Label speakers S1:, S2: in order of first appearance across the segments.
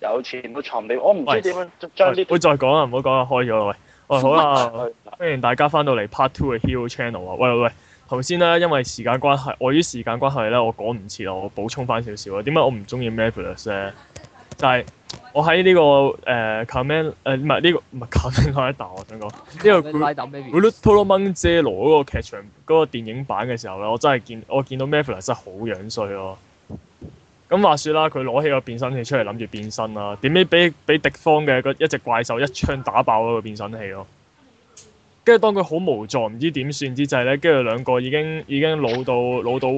S1: 有錢都藏唔地，我唔知點樣將
S2: 喂
S1: 啲
S2: 喂，再講啊啦，唔好講啦，開咗啦，喂，喂，好啦，
S1: 係
S2: 歡迎大家翻到嚟 Part Two 嘅 Hero Channel 啊，喂喂喂，頭先咧，因為時間關係，礙於時間關係咧，我講唔切啊，我補充翻少少啊，點解我唔中意 Marvelous 咧？就係、我喺呢、個誒 Command 誒唔係呢個唔係 Command r i d 我想講呢、個 Gru-
S3: 拉抌
S2: 《
S3: baby，
S2: Blue t o l o m a n z e r o 嗰個劇場嗰、個電影版嘅時候咧，我真係見我見到 m a v e r i c 真係好樣衰咯。咁話說啦，佢攞起個變身器出嚟諗住變身啦，點知俾俾敵方嘅嗰一隻怪獸一槍打爆咗個變身器咯。跟住當佢好無助唔知點算之際咧，跟住兩個已經已經老到老到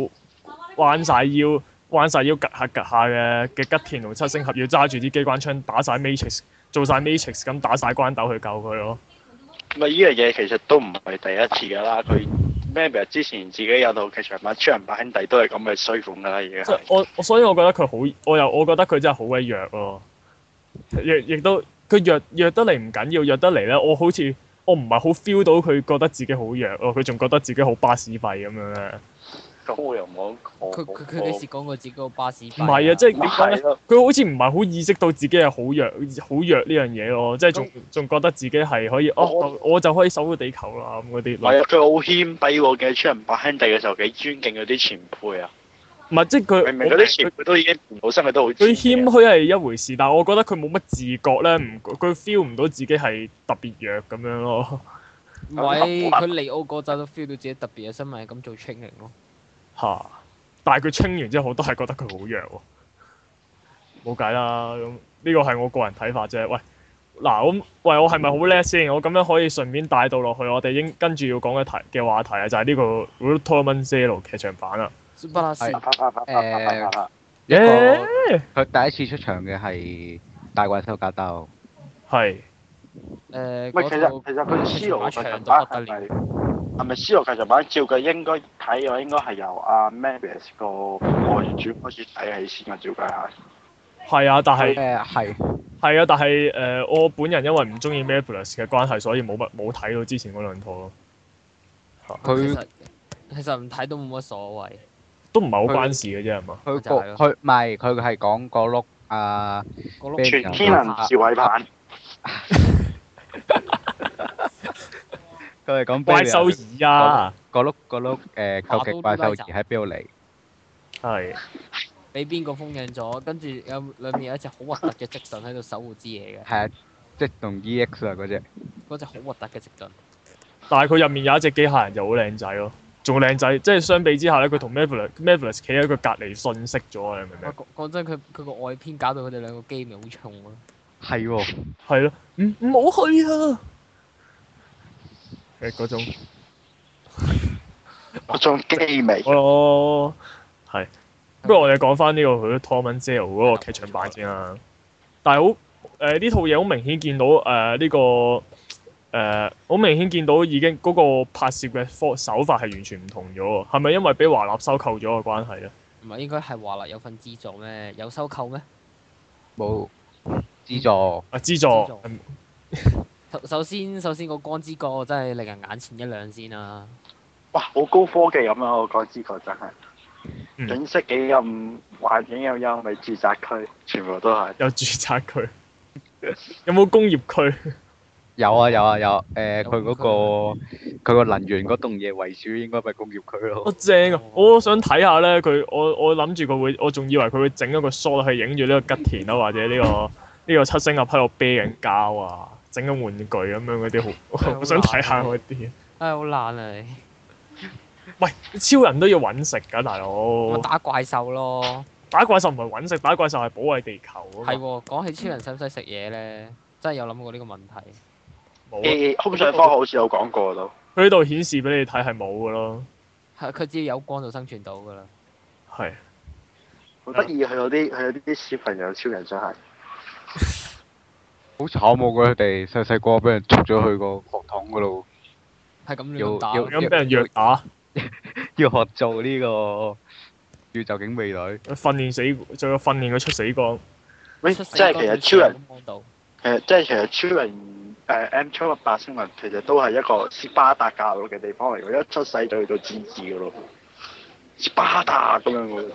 S2: 彎晒腰彎晒腰趌下趌下嘅嘅吉田同七星合要揸住啲機關槍打晒 Matrix 做晒 Matrix 咁打晒關鬥去救佢咯。
S1: 咪呢樣嘢其實都唔係第一次㗎啦，佢 m a b e 之前自己有套劇場版《超人版兄弟》都係咁嘅衰款㗎啦，已經
S2: 即係
S1: 係。
S2: 我我所以我覺得佢好，我又我覺得佢真係好鬼弱咯、亦亦都佢弱弱得嚟唔緊要，弱得嚟咧，我好似我唔係好 feel 到佢覺得自己好弱咯，佢仲覺得自己好巴士費咁樣咧。
S1: 咁我又唔好
S3: 佢
S1: 講。
S3: 佢佢幾時講過自己個巴士費
S2: 唔
S3: 啊？
S2: 係啊，即係
S1: 唔
S2: 點講咧
S1: 係？咯，
S2: 佢好似唔係好意識到自己係好弱好弱呢樣嘢咯，即係仲仲覺得自己係可以哦，
S1: 我
S2: 我我就可以守到地球啦咁嗰啲。
S1: 唔係啊，佢好謙卑喎嘅《超人版兄弟》嘅時候幾尊敬嗰啲前輩啊，
S2: 唔係即係佢
S1: 明明嗰啲
S2: 佢
S1: 前輩都已經唔好身，佢都好
S2: 佢
S1: 尊
S2: 謙
S1: 敬啊。
S2: 虛係一回事，但係我覺得佢冇乜自覺咧，唔佢 feel 唔到自己係特別弱咁樣咯。
S3: 唔係佢嚟澳嗰陣都 feel 到自己特別啊嘅身份，咁做 training 咯。
S2: 嚇！但係佢清完之後，我都係覺得佢好弱喎。冇計啦，咁呢個係我個人睇法啫。喂，嗱咁，喂，我係咪好叻先？我咁樣可以順便帶到落去，我哋應跟住要講嘅題嘅話題啊，就係呢個《r o t o m a n Zero》劇場版啦。
S3: Super 啦 先，
S1: 誒，
S2: 耶、
S4: 佢第一次出場嘅係大怪獸格鬥，
S2: 係
S3: 誒
S1: 唔係其
S3: 嗰
S1: 實
S3: 套
S1: 其實佢斯羅劇場版
S3: 長到不
S1: 係
S3: 得
S1: 咪
S3: 了，
S1: 係咪斯羅劇場版照計應該睇我應該係由阿 Mavis 個外主開始睇起先啊，照計係。
S2: 係啊，但係
S4: 誒係
S2: 係啊，但係誒、呃我本人因為唔中意 Marvelous 嘅關係，所以冇乜冇睇到之前嗰兩套咯，
S3: 其
S4: 佢
S3: 實其實唔睇都冇乜所謂。
S2: 都唔係好關事嘅啫，係嘛？
S4: 佢
S3: 就係
S4: 個佢唔係佢係講個碌啊
S3: 嗰碌
S1: 全天能智慧版，
S4: 佢係講
S2: 怪獸二啊，
S4: 個碌個碌誒究極怪獸兒喺邊度嚟？
S2: 係
S3: 俾邊個封印咗，跟住有裏面有一隻好核突嘅積盾喺度守護支嘢嘅，
S4: 係啊，即係同 EX 啊嗰只
S3: 嗰隻好核突嘅積盾。
S2: 但係佢入面有一隻機械人就好靚仔咯，仲靚仔，即係相比之下咧，佢同 Marvelous Marvelous 企喺佢隔離遜色咗啊！你明唔
S3: 喂
S2: 明？
S3: 講講真，佢佢個外篇搞到佢哋兩個機味好重啊咯。
S4: 係喎，
S2: 係咯，唔唔好去啊！誒嗰種
S1: 我仲機微。
S2: 哦，係。不如我哋講翻呢個佢 Tom and Jerry 嗰個劇場版先啦。但係好誒呢套嘢好明顯見到誒呢、個誒好、明顯見到已經嗰個拍攝嘅方手法係完全唔同咗喎。係咪因為俾華納收購咗嘅關係咧？
S3: 唔係應該係華納有份資助咩？有收購咩？
S4: 冇資助。
S2: 啊資助
S3: 資助
S2: 嗯
S3: 首首先首先個光之國真係令人眼前一亮先啦、
S1: 哇！好高科技咁啊樣，我講知覺真係。
S2: 嗯
S1: 景色幾咁環境又優美，住宅區全部都係。
S2: 有住宅區， 有冇工業 區？
S4: 有啊有啊有啊，誒
S3: 有
S4: 佢嗰個佢啊個能源嗰棟嘢為主，應該咪工業區
S2: 好
S4: 咯。
S2: 正啊！
S3: 哦
S2: 我想睇下咧，佢我我諗住佢會，我仲以為佢會整一個 shot 去影住呢個吉田啊，或者 呢、個呢、個七星鴨喺度啤緊膠啊，整緊玩具咁樣嗰啲好，
S3: 啊 好
S2: 我想睇下嗰啲。
S3: 唉，好爛啊！你
S2: 喂，超人都要揾食㗎，大
S3: 我
S2: 佬！
S3: 打怪獸咯，
S2: 打怪獸唔係揾食，打怪獸係保衞地球啊
S3: 係
S2: 嘛。
S3: 喎。講起超人使唔使食嘢咧，真係有諗過呢個問題。
S2: 冇啊！
S1: 誒，空上科好似有講過都。
S2: 佢呢度顯示俾你睇係冇㗎咯，
S3: 係佢只要有光就生存到㗎啦。
S2: 係
S1: 好得意，佢有啲佢有啲小朋友超人真係。
S4: 好慘喎！佢哋細細個俾人捉咗去個學堂嗰度，
S3: 係咁
S4: 要
S3: 亂咁打
S4: 要
S3: 咯，
S2: 咁俾人虐打，
S4: 要學做呢個宇宙警備隊。
S2: 訓練死，仲要訓練佢出死光。
S1: 喂，即
S3: 出死
S1: 係
S3: 光
S1: 其實
S3: 就
S1: 超人，
S3: 咁幫到
S1: 其實呃即係其實超人誒 M 超六八星人其實都係一個斯巴達教育嘅地方嚟嘅，一出世就去到戰士㗎咯。斯巴達咁樣嘅喎。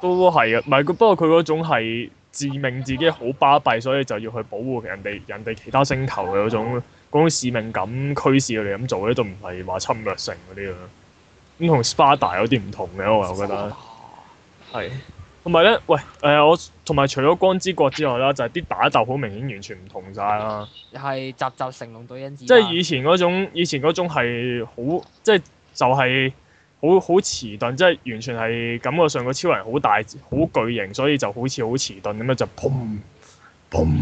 S2: 都係啊，唔係佢不過佢嗰種係自命自己好巴閉，所以就要去保護人哋人哋其他星球嘅嗰種嗰種使命感驅使佢哋咁做咧，都唔係話侵略性嗰啲咯。咁同 Sparta 有啲唔同嘅，我又覺得。係。同埋咧，喂，誒、我同埋除咗光之國之外啦，就係、啲打鬥好明顯完全唔同晒啦。
S3: 係集集成龍對甄子
S2: 即
S3: 丹。
S2: 係以前嗰種，以前嗰種係好，即係就係好好遲鈍，即係完全係感覺上個超人好大、好巨型，所以就好似好遲鈍咁樣就砰砰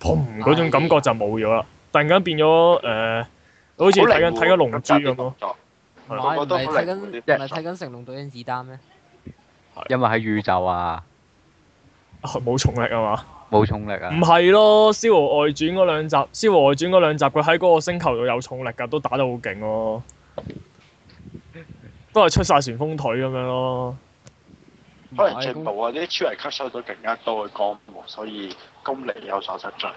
S2: 砰嗰種感覺就冇咗啦。突然間變咗誒、呃好似睇緊睇緊龍珠咁咯。
S1: 咯。
S3: 唔
S1: 個
S3: 係
S1: 個
S3: 唔
S1: 都
S3: 係
S1: 好
S3: 睇
S1: 靈
S3: 緊
S1: 活
S3: 唔
S1: 啲
S3: 係睇緊成龍對甄子丹咩？
S4: 因為喺宇宙啊，
S2: 啊冇重力啊嘛？
S4: 冇重力啊
S2: 唔。係咯，《逍遙外傳》嗰兩集，《逍遙外傳》嗰兩集佢喺嗰個星球度有重力㗎，都打得好勁咯，都係出晒旋風腿咁樣咯。嗯
S1: 可能進步啊！啲超人吸收咗更加多嘅光幕，所以功力有所失進。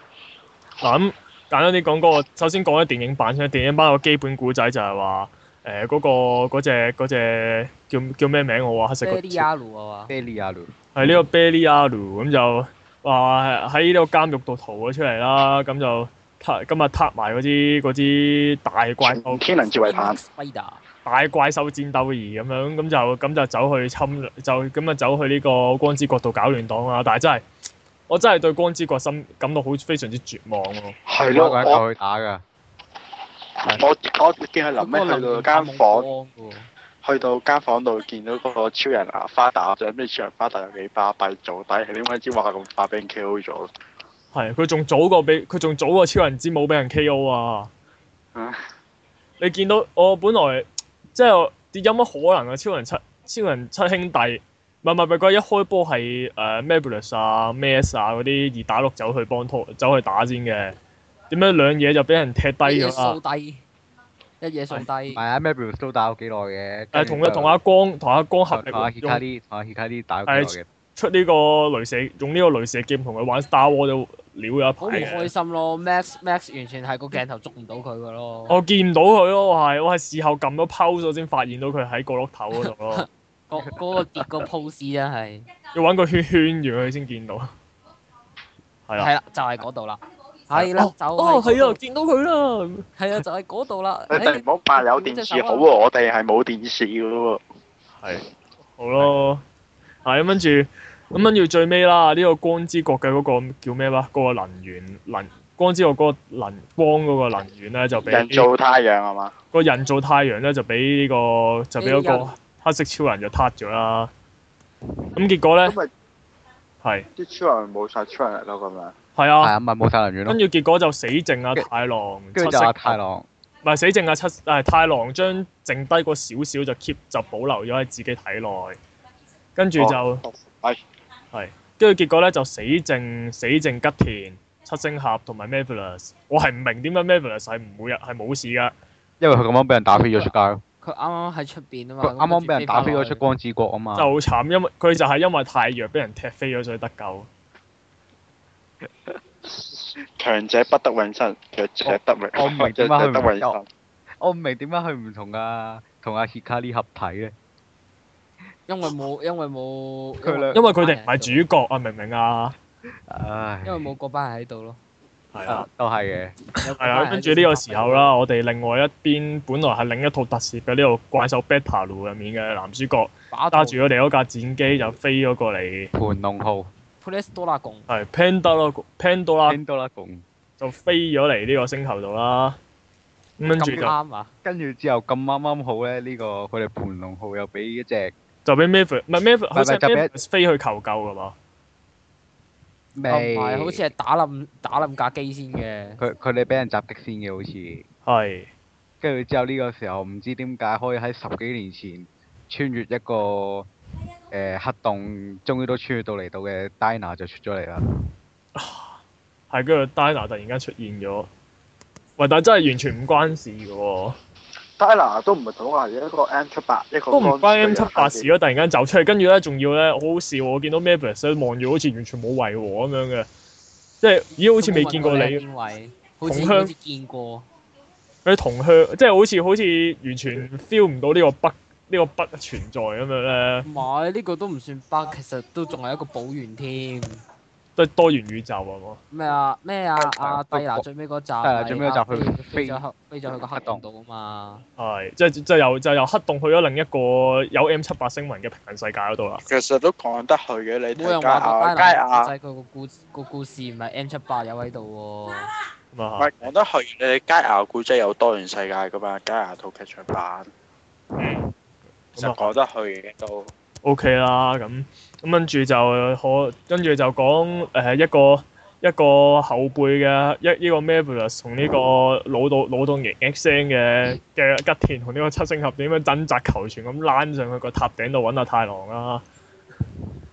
S2: 嗱咁簡單啲講嗰個，首先講咗電影版先。電影版個基本古仔就係話，誒嗰個嗰只嗰只叫叫咩名我話黑色嗰
S3: b
S2: 隻
S3: y a l 啊嘛，
S4: d a i l y 啊，係
S2: 係呢個 Belialu 咁就話喺呢個監獄度逃咗出嚟啦，咁就撻今日撻埋嗰支嗰支大怪獸
S1: 天能智慧
S2: 嗯
S1: 棒
S3: Spider
S2: 大怪獸戰鬥儀咁樣，咁就咁就走去侵略，就咁啊走去呢個光之國度搞亂黨啦。但係真係我真係對光之國心感到好非常之絕望咯。
S1: 係咯，
S4: 佢一
S1: 我
S4: 嚿去打㗎。
S1: 我我見佢臨
S3: 嗰個
S1: 尾
S3: 能
S1: 去到間房，
S3: 力冇光㗎喎
S1: 去到間房度見到嗰個超人啊花打，就咩超人花打有幾巴閉做低，點解知話咁快俾人 KO 咗？
S2: 係，佢仲早過俾佢仲早過超人之舞俾人 K.O. 啊！
S1: 啊
S2: 你見到我本來即係我有乜可能啊？超人七超人七兄弟，唔係唔係唔係佢一開波係誒 Mabulus 啊、Mass 啊嗰啲二打六走去幫拖走去打先嘅，點解兩嘢就俾人踢低
S3: 一嘢
S2: 咗啦？
S3: 掃低，一嘢掃
S4: 唔
S3: 低
S4: 係。啊 m a b r i l 都打咗幾耐嘅。
S2: 誒同佢同阿光同阿光合力
S4: 同阿
S2: 用
S4: Hikari 同阿 Hikari 打咗幾耐嘅。
S2: 出呢個雷射，用呢個雷射劍同佢玩 Star War 都撩咗一
S3: 好唔
S2: 排嘅
S3: 開心咯，Max Max 完全係個鏡頭捉唔到佢噶咯。
S2: 我見唔到佢咯，我係我係事後撳咗 pause 咗先發現到佢喺個落頭嗰度咯，
S3: 嗰嗰個跌個 pose 真係，
S2: 要揾個圈圈住佢先見到。係啊，
S3: 係啦，就係嗰度啦，係啦，
S2: 哦
S3: 就
S2: 哦
S3: 係
S2: 係啊，
S3: 嗰度，
S2: 見到佢啦。
S3: 係啊，就係嗰度啦。
S1: 你哋唔好扮有電視好喎，我哋係冇電視嘅喎。
S2: 係。好咯，係咁跟住，咁跟住最尾啦，呢個光之國嘅嗰個叫咩話？嗰個能源能光之國嗰個能光嗰個能源咧就俾
S1: 人造太陽係嘛？
S2: 個人造太陽咧就俾呢個就俾嗰
S3: 俾人
S2: 個黑色超人就撻咗啦。咁結果咧
S1: 咁咪
S2: 係
S1: 啲超人冇晒超能力咯咁樣。
S2: 係
S4: 係
S2: 啊。
S4: 啊，咪冇晒能源咯
S2: 跟。住結果就死剩啊太郎，
S4: 跟住
S2: 七
S4: 就
S2: 色啊
S4: 阿太郎
S2: 唔係死剩啊七誒太郎將剩低嗰少少就 keep 就保留咗喺自己體內，跟住
S4: 哦
S2: 就
S1: 係
S2: 係跟住結果咧就死剩死剩吉田七星俠同埋 Mavilus，我係唔明點解 Mavilus 係唔會係冇事㗎，
S4: 因為佢咁樣俾人打飛咗出街咯，
S3: 佢啱啱喺出邊啊嘛，
S4: 佢啱啱俾人打飛
S3: 飛
S4: 咗出光之國啊嘛
S2: 就，好慘，因為佢就係因為太弱俾人踢飛咗所以得救。
S1: 強者不得永生，弱者得永，
S4: 我我唔明點解佢
S1: 者
S4: 唔
S1: 得永生。
S4: 我唔明點解佢唔同啊同阿 Hikari 合體咧，
S3: 因為冇因為冇
S4: 佢兩
S2: 因為佢哋唔係，主角啊，明唔明啊？
S4: 唉，
S3: 因為冇嗰班人喺度咯。
S2: 係
S4: 啊，都係嘅，
S2: 係啦，跟住呢個時候啦，我哋另外一邊本來係另一套特攝嘅呢個怪獸 Beta 路入面嘅男主角，
S3: 打
S2: 揸住我哋嗰架戰機就飛咗過嚟，
S4: 盤龍號
S2: 啊
S3: p l e s t o r a 共
S2: 係 Pandora Pandora
S4: 聽到啦共，
S2: 就飛咗嚟呢個星球度啦。咁跟住
S3: 咁
S2: 就
S3: 啱啊！
S4: 跟住之後咁啱啱好咧，呢個佢哋盤龍號又俾一隻
S2: 就俾 Mavis 唔係 Mavis 好似
S4: 唔係就俾
S2: Mavis 飛去求救㗎嘛。
S3: 唔
S4: 未，
S3: 係，好似係打冧打冧架機先嘅。
S4: 佢佢哋俾人襲擊先嘅好似，
S2: 係
S4: 跟住之後呢個時候唔知點解可以喺十幾年前穿越一個誒黑洞，終於都穿越到嚟到嘅 Dina 就出咗嚟啦。
S2: 係，跟住 Dina 突然間出現咗。喂，但係真係完全唔關事嘅喎，
S1: Dina 都唔係講話係一個 M 七八，一個
S2: 都唔關 M 七八
S1: 事
S2: 事咯。突然間走出去，跟住咧仲要咧好好笑喎，我見到 Mavis 咧望住好似完全冇違和咁樣嘅，即係咦好似未見過你。
S3: 邊位？好似
S2: 同鄉
S3: 好似見過。
S2: 佢同鄉，即係好似好似完全 feel 唔到呢個北呢、個北存在咁樣咧。
S3: 唔係呢個都唔算北，其實都仲係一個保元添。
S2: 都係多元宇宙啊嘛。
S3: 咩啊咩啊阿
S4: 不
S3: 蒂娜最尾嗰集，
S4: 蒂娜最尾嗰集佢
S3: 集飛咗
S4: 飛
S3: 黑飛咗去個黑洞度啊嘛，
S2: 係，即係即係由就由黑洞去咗另一個有 M 七八星雲嘅平行世界嗰度啦。
S1: 其實都講得去嘅，你
S3: 冇人
S1: 睇加
S3: 話個
S4: 啊
S1: 亞，
S3: 蒂
S1: 加
S3: 娜
S1: 亞
S3: 仔佢個故個故事唔係 M 七八有喺度喎。
S1: 唔
S2: 咁啊
S1: 係講得去，你加亞古仔有多元世界噶嘛？加亞套劇場版
S2: 嗯
S1: 其實講得去嘅都。
S2: OK 啦，咁咁跟住就可跟住就講誒、一個一個後輩嘅一呢個 Mabulus 同呢個老到老到型型聲嘅嘅吉田同呢個七星俠點樣掙扎求全咁躝上去個塔頂度揾阿太郎啦，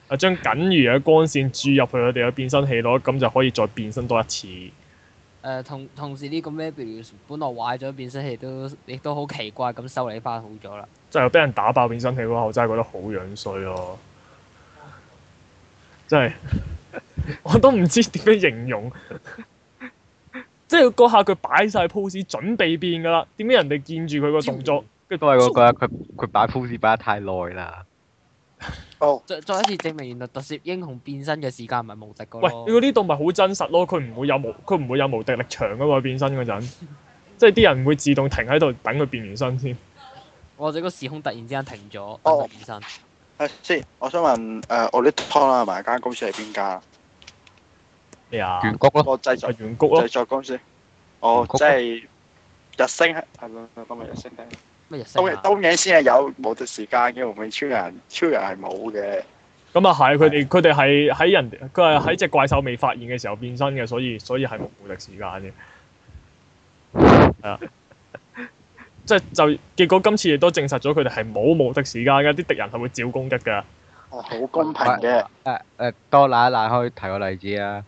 S2: 啊將僅餘嘅光線注入去佢哋嘅變身器咯，咁就可以再變身多一次。
S3: 誒、同同時呢個 Mobius 本來壞咗變身器都亦都好奇怪咁修理翻好咗啦。
S2: 真係俾人打爆變身器嗰下，我真係覺得好樣衰咯！真係，我都唔知點樣形容。即係嗰下佢擺晒 pose 準備變㗎啦，點解人哋見住佢個動作，跟住
S4: 都係嗰句啊，佢佢擺 pose 擺得太耐啦。
S1: 哦，
S3: 再再一次證明原來特攝英雄變身嘅時間唔係無敵噶
S2: 喂，
S3: 咯。
S2: 佢呢度咪好真實咯，佢唔會有無佢唔會有無敵力場㗎嘛，變身嗰陣，即係啲人會自動停喺度等佢變完身先。
S3: 或者個時空突然之間停咗，等
S1: 哦
S3: 佢變身。
S1: 係先，我想問誒，我啲湯啦同埋間公司係邊間啊？
S2: 咩啊？
S4: 圓谷咯，
S1: 個製作
S2: 啊，圓谷咯
S1: 製，作公司。哦，
S4: 嗰個
S1: 即係日升係咪？係咪日升定？
S3: 咩日升
S1: 東
S3: 啊？
S1: 東影先係有無敵時間嘅，無名超人，超人係冇嘅。
S2: 咁啊係，佢哋佢哋係喺人佢係喺只怪獸未發現嘅時候變身嘅，所以所以係冇無敵時間嘅。係 啊，即係就結果今次亦都證實咗佢哋係冇無敵時間嘅，啲敵人係會照攻擊嘅。
S1: 係好公平嘅。
S4: 誒誒，多奶奶可以提個例子啊，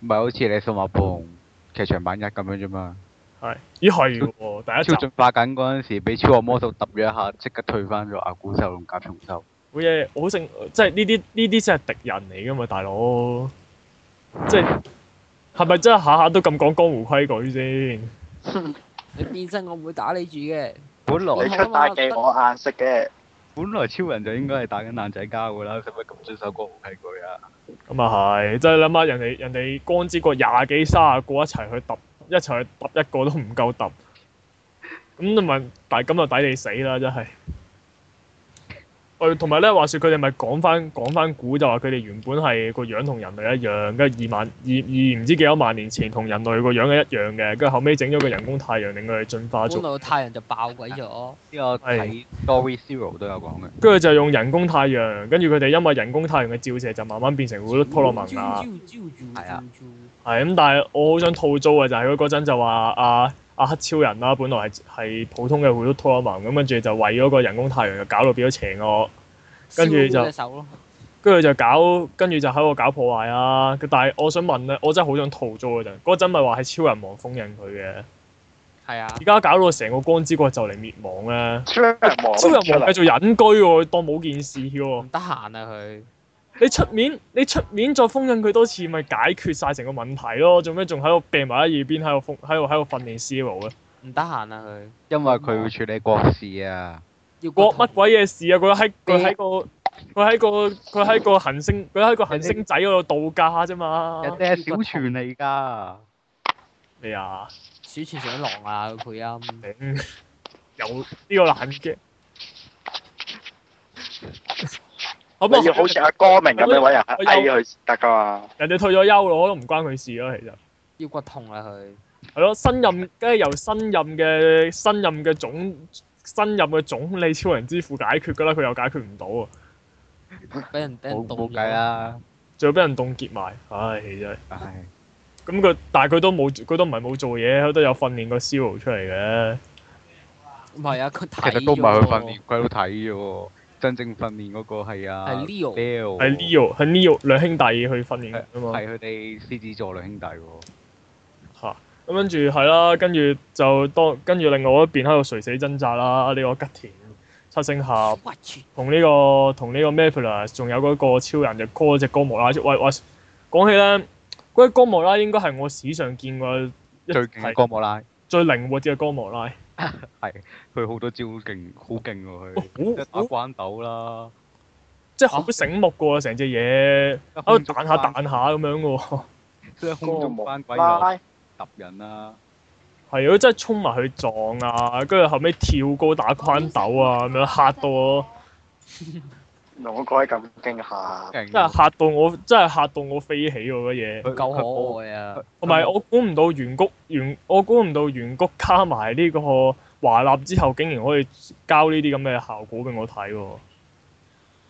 S4: 唔係好似你數碼暴龍劇場版一咁樣啫嘛。
S2: 係，咦係喎，第
S4: 超
S2: 一集
S4: 進化緊嗰陣時，俾超惡魔獸揼咗一下，即刻退翻咗阿古獸同甲蟲獸。
S2: 會嘢好正，即係呢啲呢啲先係敵人嚟㗎嘛，大佬。即係係咪真係下下都咁講江湖規矩先？
S3: 你變身我唔會打你住嘅。
S4: 本來
S1: 你出大技我硬食嘅，
S4: 本來超人就應該係打緊爛仔交㗎啦，使乜咁遵守江湖規矩啊？
S2: 咁啊係，即係諗下人哋人哋光之國廿幾卅個一齊去揼，一齊去揼一個都唔夠揼，咁就咪但咁就抵你死啦，真係。誒同埋咧，話説佢哋咪講翻講翻古，就話佢哋原本係個樣同人類一樣，跟住二萬二二唔知幾多萬年前同人類個樣係一樣嘅，跟住後尾整咗個人工太陽令佢哋進化
S3: 本來
S2: 咗，
S3: 個太陽就爆鬼咗，
S4: 呢個睇 Story Zero 都有講嘅。
S2: 跟住就用人工太陽，跟住佢哋因為人工太陽嘅照射就慢慢變成會拖羅文啦。
S3: 係
S4: 啊。
S2: 係咁，但係我好想吐槽嘅就係佢嗰陣就話阿阿黑超人啦，本來係係普通嘅 h u l t o r m a n 咁，跟住就為咗個人工太陽就搞到變咗邪惡，跟住就
S3: 燒隻手咯。
S2: 跟住就搞，跟住就喺度搞破壞啊！但係我想問咧，我真係好想吐槽嗰陣，嗰陣咪話係超人王封印佢嘅，
S3: 係啊。
S2: 而家搞到成個光之國就嚟滅亡咧，
S1: 超人王
S2: 哦超
S1: 都
S2: 人
S1: 唔出
S2: 王
S1: 嚟。
S2: 繼續隱居喎，當冇件事喎
S3: 唔。得閒啊佢。
S2: 你出面你出面再封印佢多次，咪解決晒成個問題咯？做咩仲喺度病埋喺耳邊，喺度封喺度喺度訓練 E Zero 咧？
S3: 唔得閒啊佢。
S4: 因為佢要處理國事啊，
S3: 要個
S2: 國
S3: 同
S2: 乜鬼嘢事啊！佢喺佢喺個佢喺個佢喺個行星佢喺個行星仔嗰度度假啫嘛
S4: 人。哋係小船嚟㗎。
S2: 咩啊？
S3: 鼠前上狼啊佢配音。
S2: 頂有呢個難嘅。咁啊，
S1: 你要好似阿歌明咁樣揾人
S2: 我
S1: 嗌佢得噶嘛？
S2: 人哋退咗休咯，都唔關佢事咯，其實
S3: 要骨痛啊佢。
S2: 係咯，新任梗係由新任嘅新任嘅總新任嘅總理超人之父解決㗎啦，佢又解決唔到啊，
S3: 俾人俾人
S4: 冇
S3: 盜
S4: 冇
S3: 咗
S4: 計。啦，
S2: 仲要俾人凍結埋，唉真係。
S4: 唉，
S2: 咁佢但係佢都冇佢都唔係冇做嘢，佢都有訓練個 Zero 出嚟嘅。
S3: 唔係啊，佢睇
S4: 其實都唔係
S3: 咗
S4: 佢
S3: 喎
S4: 訓練，佢喺度睇啫喎。真正訓練嗰個係啊
S3: 係 Leo
S4: Leo
S2: 係 Leo 係 Leo 兩兄弟去訓練㗎嘛。
S4: 係佢哋獅子座兩兄弟喎。
S2: 嚇咁跟住係啦，跟住就當跟住另外一邊喺度垂死掙扎啦。呢、個吉田七星俠
S3: 喂切
S2: 同呢、個同呢個 Mapulus，仲有嗰個超人就 call 只哥莫拉出。喂喂，講起咧，嗰只哥莫拉應該係我史上見過一
S4: 最勁嘅
S2: 係
S4: 哥莫拉，
S2: 最靈活嘅哥莫拉。
S4: 佢好多招勁，好勁喎佢。
S2: 哇
S4: 即係打
S2: 好好
S4: 關鬥啦，
S2: 哦即係好醒目噶喎，成隻嘢喺度彈下彈下咁樣嘅喎。
S4: 即係空中翻鬼又
S1: 拉
S4: 揼人啦，
S2: 係啊，佢真係衝埋去撞啊，跟住後尾跳高打關斗啊，咁樣嚇到我，
S1: 我覺得咁驚嚇，
S4: 勁
S2: 真係嚇到我，真係嚇到我飛起喎嗰嘢。
S4: 佢佢冇
S3: 夠可愛啊！
S2: 同埋我估唔到原谷原，我估唔到原谷加埋呢個華納之後，竟然可以交呢啲咁嘅效果俾我睇喎。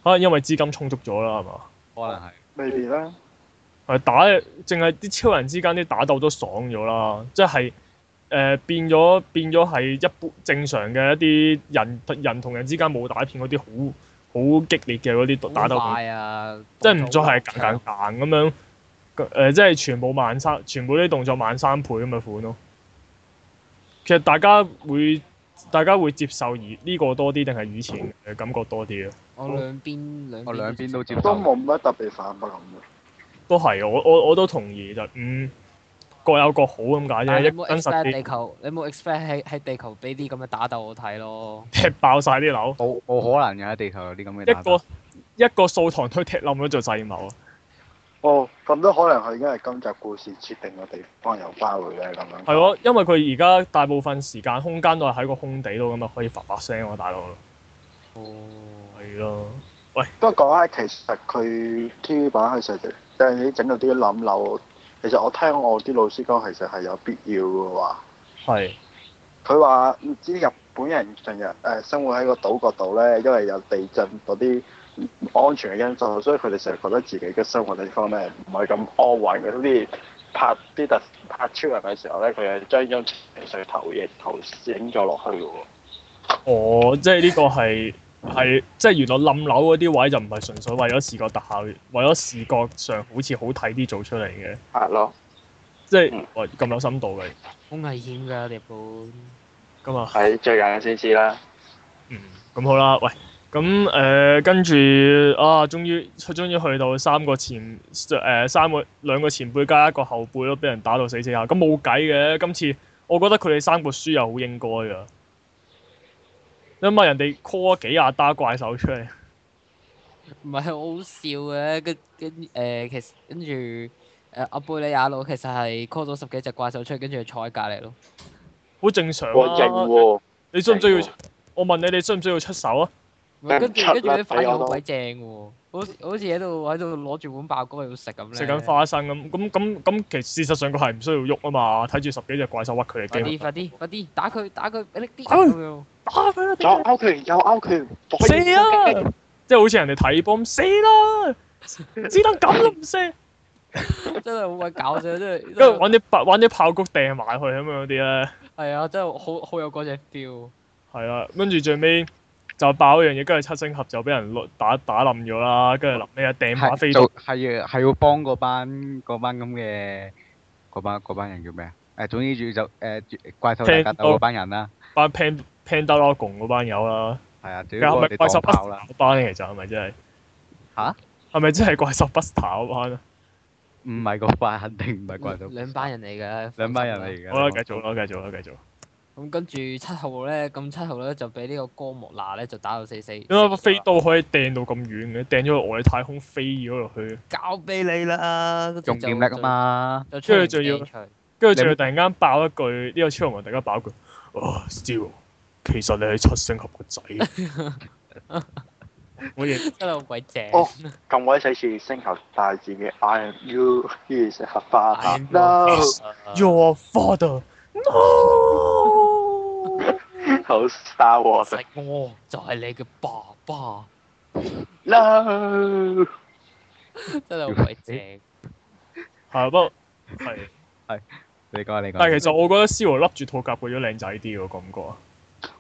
S2: 可能因為資金充足咗啦，係嘛？
S4: 可能係
S1: 未必啦。
S2: 係呃打，淨係啲超人之間啲打鬥都爽咗啦，即係誒、呃、變咗變咗係一般正常嘅一啲人人同人之間冇打片嗰啲好好激烈嘅嗰啲打
S3: 好
S2: 鬥，
S3: 快啊！
S2: 即係唔再係硬硬硬咁樣，誒、即係全部慢三，全部啲動作慢三倍咁嘅款咯。其實大家會大家會接受而呢個多啲定係以前嘅感覺多啲啊？
S3: 我兩邊兩
S4: 我兩邊都接受
S1: 都冇乜特別反駁嘅，
S2: 都係，我我我都同意就嗯各有各好咁解
S3: 但
S2: 啫，
S3: 係你
S2: 一
S3: 冇
S2: 真實
S3: expect
S2: 啲
S3: 地球，你冇 expect 喺喺地球俾啲咁嘅打鬥我睇咯。
S2: 踢爆晒啲樓，
S4: 冇冇可能嘅喺地球有啲咁嘅
S2: 一
S4: 打
S2: 個
S4: 鬥。
S2: 一個掃堂推踢冧咗做世謀，
S1: 哦，咁都可能係因為今集故事設定嘅地方有包嘅咧，咁樣。
S2: 係咯，因為佢而家大部分時間空間都係喺個空地度咁啊，可以發發聲喎，大佬。
S3: 哦，
S2: 係咯，
S1: 不過講開，其實佢 TV 版佢成日即係你整到啲冧樓，其實我聽我啲老師講，其實係有必要嘅話，
S2: 係
S1: 佢話唔知日本人成日誒生活喺個島國度咧，因為有地震嗰啲唔安全嘅因素，所以佢哋成日覺得自己嘅生活地方咧唔係咁安穩嘅，好似拍啲特拍超人嘅時候咧，佢係將張情緒投影投影咗落去嘅喎。
S2: 哦，即係呢個係係即係原來冧樓嗰啲位就唔係純粹為咗視覺特效，為咗視覺上好似好睇啲做出嚟嘅，
S1: 係咯，
S2: 即係
S1: 嗯
S2: 哇咁有深度嘅，
S3: 好危險㗎日本。
S2: 咁啊。
S1: 係最近先知啦。
S2: 嗯，咁好啦，喂，咁誒、呃跟住啊，終於終於去到三個前誒、呃三個兩個前輩加一個後輩咯，俾人打到死死下，咁冇計嘅。今次我覺得佢哋三個輸又好應該噶，因為人哋 call 咗幾廿打怪獸出嚟，
S3: 唔係好好笑嘅，跟跟誒，其實跟住誒阿貝利亞魯其實係 call 咗十幾隻怪獸出嚟，跟住佢坐喺隔離咯。
S2: 好正常
S1: 我型
S2: 啊。
S1: 喎。
S2: 你需唔需要
S1: 型喎？
S2: 我問你，你需唔需要出手啊？
S3: 唔係跟
S1: 唔
S3: 住
S1: 出
S3: 跟住
S1: 啦
S3: 啲反
S1: 俾
S3: 應
S1: 我
S3: 好
S1: 都
S3: 鬼正喎，好似好似喺度喺度攞住碗爆谷喺度食咁咧。
S2: 食緊。花生咁，咁咁咁，其實事實上佢係唔需要喐啊嘛，睇住十幾隻怪獸屈佢
S3: 快
S2: 哋機
S3: 啲快啲快啲打佢打佢俾力啲
S2: 打佢
S3: 咁樣。
S2: 打佢啊
S1: 左勾拳，右勾拳，左
S2: 死
S1: 右
S2: 啊！即係好似人哋睇波咁死啦，只能咁都唔 識，
S3: 真係好鬼搞笑，真係。
S2: 跟住玩啲白玩啲炮谷掟埋去咁樣嗰啲咧，
S3: 係啊，真係好好有嗰只 feel。
S2: 係啦，跟住最尾就爆一樣嘢，跟住七星俠就俾人打打冧咗啦，跟住臨尾啊掟把飛
S4: 係
S2: 刀
S4: 做，係要係要幫嗰班嗰班咁嘅嗰班嗰班人叫咩啊？誒，總之宇宙誒怪獸大格鬥嗰班人啦，
S2: 把 Pan Pandora 共嗰班友啦，
S4: 係啊，主
S2: 其
S4: 要
S2: 實係
S4: 我
S2: 咪
S4: 哋
S2: 怪獸
S4: 當炮
S2: Buster
S4: 啦，
S2: 嗰班咧？其實係咪真係？
S4: 吓？
S2: 係咪真係怪獸 Buster 嗰班啊？
S4: 唔係嗰班，肯定唔係怪獸。
S3: 兩班人嚟嘅。
S4: 兩班人嚟
S3: 放心啦。
S4: 嘅。
S2: 好啦，繼續啦，繼續啦，繼續。
S3: 咁跟住七號咧，咁七號咧就俾呢個哥莫拿咧就打到死死。
S2: 點解飛刀可以掟到咁遠嘅？掟咗去外太空飛咗落去，
S3: 交俾你啦，跟住
S4: 重
S3: 就
S4: 點力啊！嘛，
S3: 就出嚟
S2: 跟住仲要
S3: 掟出嚟
S2: 跟住仲要突然間爆一句，呢、個超人王突然間爆一句，啊 Zero，其實你係七星俠個 仔。我嘢
S3: 真係好鬼正。
S1: 哦咁鬼死似星球大戰嘅 I am you，於是合花
S3: 哎呀
S1: à, no，
S4: 啊
S2: ，Your father no。
S1: 好 Star
S3: 我
S1: Wars
S3: 係我就係你嘅爸爸，
S1: no，
S3: 真係好鬼正。
S2: 係不過係，
S4: 嗯你講啊你講啊。
S2: 但係其實我覺得 Zero 笠住套甲變咗靚仔啲喎，感覺啊。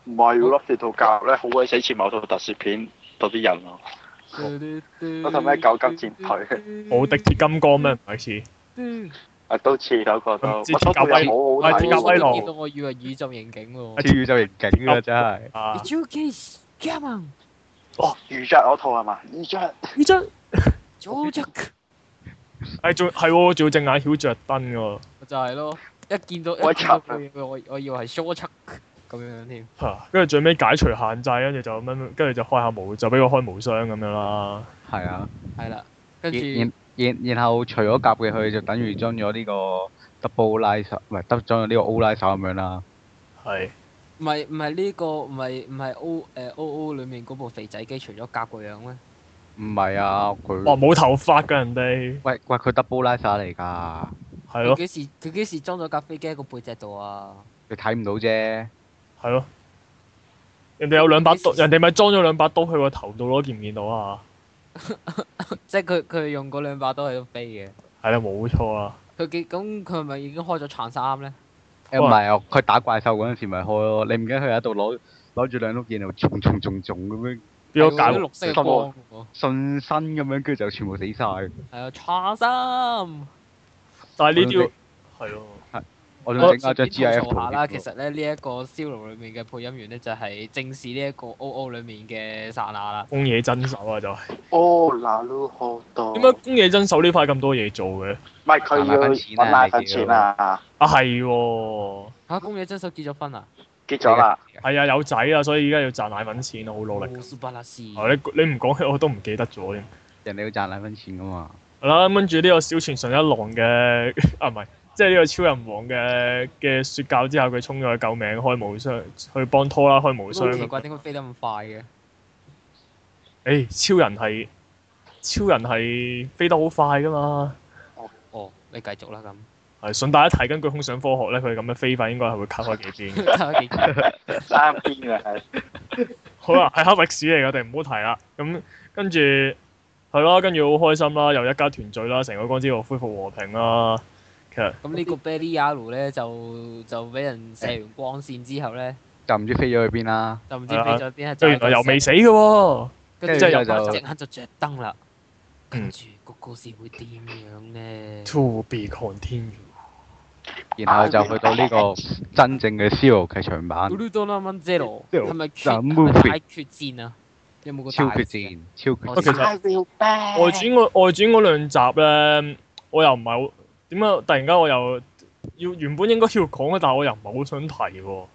S1: 唔係要笠住套甲咧，好鬼死似某套特攝片嗰啲人咯。
S3: 嗰
S1: 套咩九級戰
S3: 隊
S2: 冇滴鐵金剛咩？唔係似
S1: 啊，都似嗰個都，
S2: 唔知
S1: 我都
S2: 鐵甲威
S1: 好
S2: 係
S1: 好
S2: 鐵甲威
S1: 睇
S2: 龍
S1: 喎。
S3: 見到我以為宇宙刑警喎。
S4: 超宇宙刑警啊，真係。
S2: 啊
S3: It's your case, come on,
S1: 哦，魚雀嗰套係嘛？魚雀
S2: 呢張
S3: George。
S2: 係仲係喎，仲要隻眼曉着燈喎。
S3: 就係咯，一見到
S1: 我
S3: 一見
S1: 插
S3: 到
S1: 啊
S3: 佢，我我以為係 short 出咁樣添。
S2: 嚇跟住最尾解除限制，跟住就乜乜，跟住就開下無，就俾佢開無雙咁樣啦。
S4: 係啊。
S3: 係啦，跟住
S4: 然然然然後除咗夾嘅佢，就等於裝咗呢個 double line 手，唔係得裝咗呢個 O line 手咁樣啦。
S2: 係
S3: 唔係唔係呢個唔係唔係 O 誒 O O 裡面嗰部肥仔機，除咗夾個樣咩？
S4: 唔係
S2: 哇，
S4: 啊，
S3: 哦
S4: 佢
S2: 冇頭髮㗎人哋，
S4: 喂喂，佢 double 啊 line 手嚟㗎，
S2: 係
S3: 佢
S2: 咯
S3: 幾時佢幾時裝咗架飛機喺個背脊度啊？
S4: 你睇唔到啫。
S2: 係咯。人哋有兩把刀，人哋咪裝咗兩把刀去個頭度咯，見唔見到啊？
S3: 即係佢佢用嗰兩把刀喺度飛嘅。
S2: 係啦，冇錯啊。
S3: 佢幾咁佢係咪已經開咗撐衫咧？
S4: 誒唔係啊，佢打怪獸嗰陣時咪開咯，你唔記得佢喺度攞攞住兩碌嘢嚟重重重重咁樣
S2: 變
S3: 係
S2: 咗
S3: 喎
S2: 解
S3: 有啲
S2: 鑊
S3: 綠色嘅光喎。
S4: 順身咁樣，跟住就全部死晒。
S3: 係啊，撐衫。
S2: 但係呢啲
S4: 我
S2: 要係咯，
S4: 我仲整下
S3: 就
S4: 咗 G I F
S3: 吐槽下啦，其實咧呢一個《燒爐》裏面嘅配音員咧，就係正是呢一個 O O 裏面嘅剎那啦。
S2: 宮野真守啊就係。
S1: 哦，嗱都好多。
S3: 哦
S2: 點解宮野真守呢排咁多嘢做嘅？
S1: 唔係佢要揾奶粉錢啊？
S2: 啊係喎，
S3: 嚇、宮野真守結咗婚啊！
S1: 結咗啦，
S2: 係啊有仔啊，所以而家要賺奶粉錢啊，好努力。
S3: 奧斯巴拉斯。
S2: 啊你你唔講起我都唔記得咗添。
S4: 人哋要賺兩分錢噶嘛。
S2: 係啦，跟住呢個小泉純一郎嘅 啊唔係，即係呢個超人王嘅嘅説教之後，佢衝咗去救命，開無雙去幫拖拉開無
S3: 好
S2: 雙
S3: 奇
S2: 咁。
S3: 怪，點解飛得咁快嘅？
S2: 誒、超人係超人係飛得好快噶嘛。
S3: 哦，你繼續啦咁。
S2: 係順帶一提，根據空想科學咧，佢咁樣飛法應該係會卡開幾邊嘅。
S3: 睇下幾
S1: 三邊嘅係。
S2: 好啦，係黑歷史嚟嘅，我哋唔好提啦。咁跟住係咯，跟住好開心啦，又一家團聚啦，成個光之國恢復和平啦。其實
S3: 咁呢個 b e l l y y a r o 咧就就俾人射完光線之後咧，
S4: 就唔知飛咗去邊啦。
S3: 就唔知飛咗邊啊！
S2: 即係原來又未死嘅喎。
S3: 跟
S2: 即
S3: 住
S2: 係
S3: 有
S2: 有
S4: 就
S3: 隻眼就着燈啦。
S2: 嗯
S3: 跟住個故事會點樣咧？
S2: To be continued。
S4: 然
S3: 啊
S4: 後就去到呢
S3: 哦
S4: 個真正嘅 Zero 劇場版
S3: 《b，l u d o n a Man Zero》
S4: Zero，
S3: 係咪決
S4: 就
S3: 係
S4: movie
S3: 咪大決戰啊？有冇個
S4: 超
S3: 大
S4: 決
S3: 字啊？
S4: 戰，超決
S3: 我
S4: 戰
S3: 知。
S1: I will back。
S2: 外傳嗰外傳嗰兩集咧，我又唔係好點解突然間我又要原本應該要講嘅，但係我又唔係好想提喎，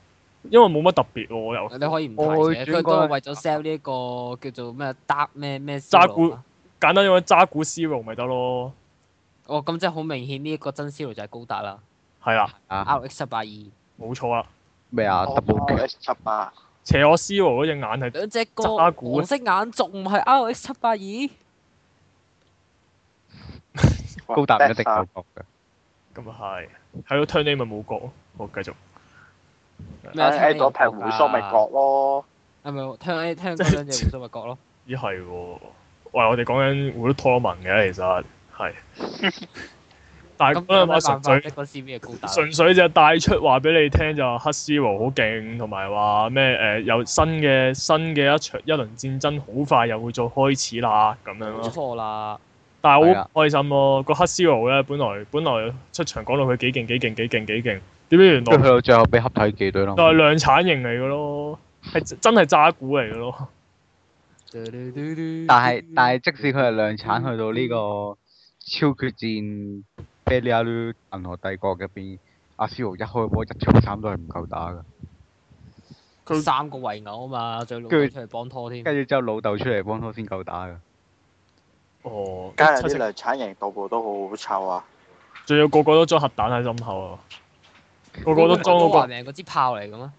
S2: 因為冇乜特別喎，我又
S3: 你可以唔提
S4: 我
S3: 嘅，
S4: 轉
S3: 佢都
S4: 過
S3: 係
S4: 去
S3: 為咗 sell 呢一個叫做咩 dark 咩咩
S2: 渣
S3: Zero
S2: 古
S3: 啊
S2: 簡單用揸古 zero 咪得咯，
S3: 哦，咁即係好明顯呢一個真 Zero 就係高達啦
S2: 係啦，
S4: 啊
S3: RX 七八二兩
S2: 冇錯啦，
S4: 咩啊？double
S3: 哦
S1: S 七八。
S2: 邪惡 zero 嗰隻眼係
S3: 隻個
S2: 渣古啊
S3: 黃色眼仲唔係 RX 七八二？唔哦
S4: 高達唔一定
S3: 啊
S4: 有角嘅。
S2: 咁啊係，係咯 turn name 咪冇角咯，好繼續，
S1: 喺咗劈胡鬚咪割咯，
S3: 係咪聽 A 聽嗰兩隻胡鬚咪角咯？
S2: 咦係喎，喂我哋講緊胡都拖文嘅其實係， 但係
S3: 咁
S2: 嗰
S3: 有
S2: 兩
S3: 咩
S2: 把
S3: 辦
S2: 純
S3: 法
S2: 粹
S3: 逼。個 CV 嘅高達啊？
S2: 純粹就帶出話俾你聽就係黑 Zero 好勁，同埋話咩誒有新嘅新嘅一場一輪戰爭好快又會再開始啦咁樣
S3: 冇
S2: 咯。
S3: 錯啦，
S2: 但係
S4: 係
S2: 好
S4: 啊
S2: 開心咯，個黑 Zero 咧本來本來出場講到佢幾勁幾勁幾勁幾勁，點知原
S4: 跟住去
S2: 來
S4: 到最後俾合體技對咯
S2: 就。係量產型嚟嘅咯，係真真係渣古嚟嘅咯。
S3: 但係
S4: 但係但係，即使佢係量產去到呢個超決戰 b e l i a l 銀河帝國入邊，阿 Zero 一開波一場三都係唔夠打嘅。
S2: 佢
S3: 三個圍毆啊嘛，最老
S4: 跟
S3: 出
S4: 住
S3: 嚟幫拖添。
S4: 跟住之後老豆出嚟幫拖先夠打嘅。
S2: 哦，
S1: 梗係
S2: 七
S1: 啲
S2: 色
S1: 量產型個個都好好臭啊！
S2: 仲要個個都裝核彈喺心口啊！個個都裝
S3: 嗰
S2: 嗰
S3: 個名嗰支炮嚟嘅咩？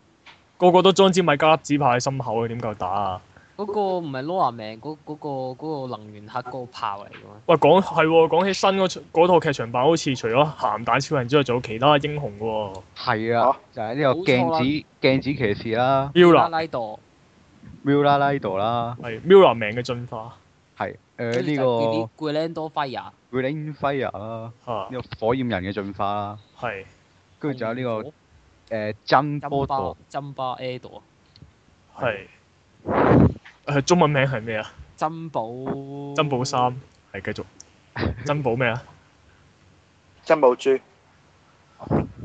S2: 個，個個都裝支米加粒子炮喺心口，點夠打啊？
S3: 嗰個唔係 Law 名嗰嗰個嗰個能源核嗰個炮嚟嘅咩？
S2: 喂，講係喎，講起新嗰出嗰套劇場版，好似除咗鹹蛋超人之外，仲有其他英雄喎。
S4: 係啊
S1: 嚇，
S4: 就係呢個
S3: 啊
S4: 鏡子鏡子騎士啦
S2: Mira
S3: 拉度，
S4: ，Mula 拉度啦，
S2: 係 Mira 命嘅進化
S4: 係
S3: 跟
S4: 誒
S3: 住
S4: 呢
S3: 就
S4: 個
S3: 叫啲 Glendo Fire，
S4: Green Fire 啦，
S2: 嚇，
S4: 呢個火焰人嘅進化啦，
S2: 啊係
S4: 跟住仲有呢
S3: 個
S4: 個誒真波
S3: 針巴
S4: 陀
S3: 針巴 Edo，
S2: 係誒中文名係咩啊？
S3: 珍 寶
S2: 珍寶三哦係繼續珍寶咩啊？
S1: 真冇豬，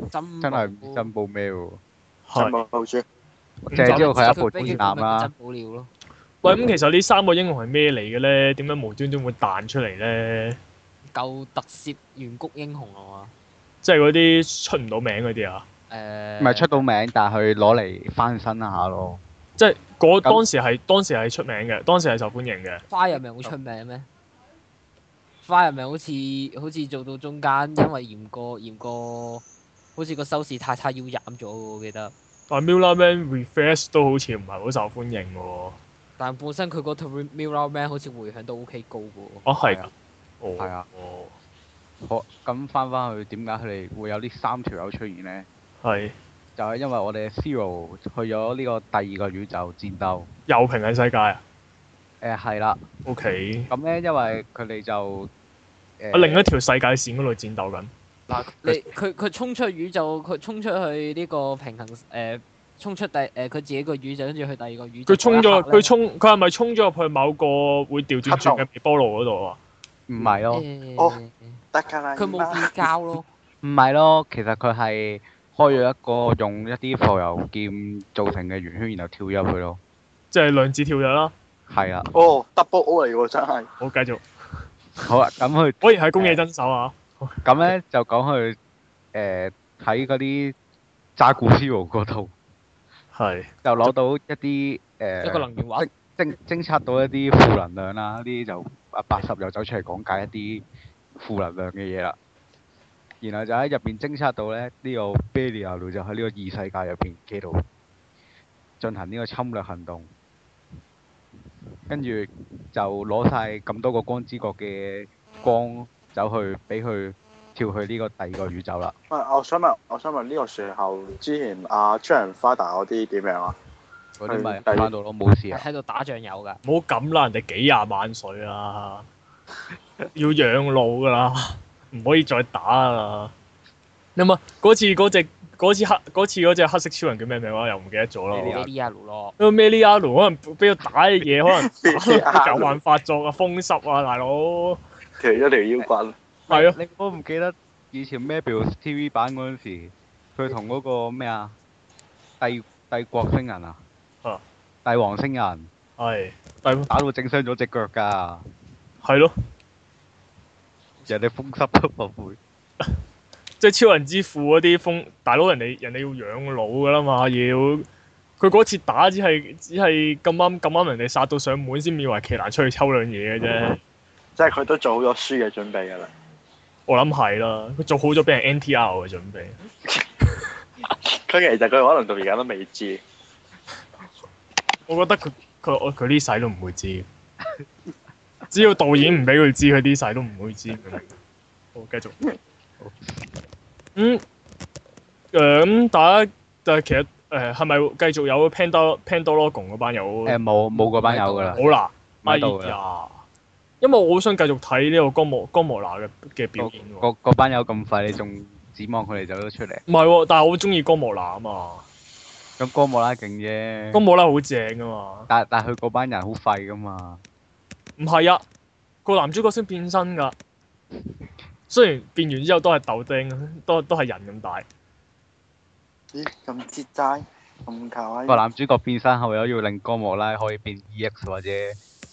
S3: 珍
S4: 真係唔
S3: 寶哦
S4: 知真報咩喎，
S1: 真
S2: 係
S1: 冇豬，
S4: 淨
S3: 啊
S4: 係知道佢係一部
S3: 飛
S4: 天
S3: 機
S4: 艦
S2: 啊
S3: 咪叫
S4: 啦
S3: 珍。寶鳥咯，
S2: 喂，咁其實呢三個英雄係咩嚟嘅咧？點解無端端會彈出嚟咧？
S3: 夠特攝圓谷英雄啊嘛，
S2: 即係嗰啲出唔到名嗰啲啊？
S3: 誒，
S4: 唔係出到名，但係佢攞嚟翻身一下咯。
S2: 即係嗰
S4: 咁
S2: 當時係當時係出名嘅，當時係受歡迎嘅。
S3: Fireman 好出名咩？Fireman 好似好似做到中間，因為嚴過嚴過，好似個收視太差腰斬咗喎，我記得。
S2: 但 Miller 啊 Man Refresh 都好似唔係好受歡迎喎。
S3: 但本身佢嗰套 Mirror Man 好似回響都 OK 高嘅喎。
S2: 哦，係
S4: 係
S2: 㗎
S4: 啊。
S2: 哦。
S4: 係啊
S2: 哦。
S3: 嗯
S4: 好，咁翻翻去點解佢哋會有呢三條友出現呢？
S2: 係。
S4: 就係因為我哋 Zero 去咗呢個第二個宇宙戰鬥。
S2: 又平行世界啊
S4: 誒係啦，
S2: ？OK。
S4: 咁呢，因為佢哋就誒
S2: 喺啊另一條世界線嗰度戰鬥緊。
S3: 嗱，你佢佢衝出宇宙，佢衝出去呢個平衡誒，衝出第誒佢自己個宇宙，跟住去第二個宇宙。
S2: 佢衝咗，佢衝，佢係咪衝咗入去某個會調轉轉嘅微波爐嗰度啊？
S4: 唔係咯，
S3: 誒
S1: 哦得㗎啦，
S3: 佢冇
S1: 而家
S3: 變膠 咯。
S4: 唔係咯，其實佢係開咗一個用一啲浮油劍造成嘅圓圈，然後跳咗入去咯。
S2: 即係量子跳躍啦。
S4: 係啊啦，
S1: 哦，double O 嚟喎，真係。
S2: 好，繼續。
S4: 好啦，咁佢
S2: 果然係公野真手啊！
S4: 咁咧就講佢誒喺嗰啲渣古 Zero 嗰度
S2: 係。
S4: 就攞到一啲誒、呃
S3: 一個能源畫
S4: 即偵偵測到一啲負能量啦，呢啲就啊八十又走出嚟講解一啲負能量嘅嘢啦。然後就喺入邊偵測到咧，呢、個 b i l l i 就喺呢個異世界入邊企度進行呢個侵略行動，跟住就攞晒咁多個光之國嘅光走去俾佢跳去呢個第二個宇宙啦。
S1: 喂，我想問，我想問呢個時候之前阿張人花達嗰啲點樣啊？
S4: 嗰啲咪
S1: 係第二
S4: 翻到咯，冇事啊。
S3: 喺度打醬油㗎。
S2: 唔好咁啦，人哋幾廿萬歲啦， 要養老噶啦，唔可以再打啦。你咪嗰次嗰只嗰次黑嗰次嗰只黑色超人叫咩名話？啊又唔記得咗
S4: 咩
S2: 啦
S4: 料。
S3: 呢啲啊，魯咯。
S2: 因為咩利亞奴可能俾佢打嘅嘢，可能有患發作啊、風濕啊，大佬
S1: 其實一條腰棍，
S2: 係啊，
S4: 你我唔記得以前咩 b i l TV 版嗰陣時，佢同嗰個咩啊帝帝國星人啊，
S2: 啊
S4: 帝王星人
S2: 係，但係
S4: 打到整傷咗只腳㗎，
S2: 係咯，
S4: 人哋風濕都唔會。
S2: 即係超人之父嗰啲風，大佬人哋人哋要養老噶啦嘛，要佢嗰次打只係只係咁啱咁啱人哋殺到上門先以為奇蘭出去抽兩嘢嘅啫。
S1: 即係佢都做好咗輸嘅準備㗎啦。
S2: 我諗係啦，佢做好咗俾人 NTR 嘅準
S1: 佢
S2: 備。
S1: 其實佢可能到而家都未知。
S2: 我覺得佢佢我佢呢世都唔會知，只要導演唔俾佢知，佢呢世都唔會知。佢明好，繼續。嗯，誒、咁大家但係其實誒係咪繼續有 Panda Pandologon 嗰班有？
S4: 誒冇冇嗰班友㗎啦
S2: 好，啦，哎
S4: 買到㗎啦。
S2: 呀，因為我好想繼續睇呢個江莫江莫娜嘅嘅表
S4: 哦
S2: 演喎。
S4: 嗰嗰班友咁快，你仲指望佢哋走得出嚟？
S2: 唔係喎，但係我好中意江莫娜啊嘛，
S4: 咁哥莫拉勁
S2: 江
S4: 啫，
S2: 莫娜好正啊嘛。
S4: 但但佢嗰班人好廢㗎嘛。
S2: 唔係啊，個男主角先變身㗎。雖然變完之後都係豆丁，都都係人咁大。
S1: 咦？咁節齋，咁靠啊！
S4: 個男主角變身後，有要令哥莫拉可以變 EX 或者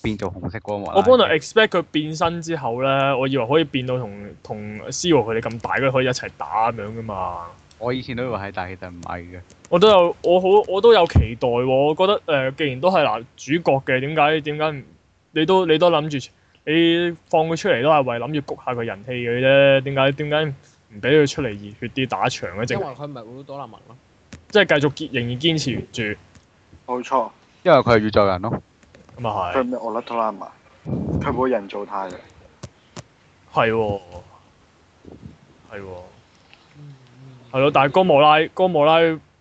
S4: 變做紅色哥莫拉。
S2: 我本來 expect 佢變身之後咧，我以為可以變到同同 Zero 佢哋咁大，佢可以一齊打咁樣㗎嘛。
S4: 我以前都以為係，但係其實唔係嘅。
S2: 我都有我好我都有期待喎、我覺得誒、呃既然都係男主角嘅，點解點解唔你都你都諗住你放佢出嚟都係為諗住谷下佢人氣嘅啫？點解點解唔俾佢出嚟熱血啲打場嘅？淨
S3: 因為佢唔係烏多拉文咯。
S2: 即係繼續堅仍然堅持住
S1: 冇錯，
S4: 因為佢係宇宙人咯。
S2: 咁啊係
S1: 佢。咩我甩拖啦嘛，佢冇人造態嘅。
S2: 係喎，係喎，係咯。但係哥莫拉，哥莫拉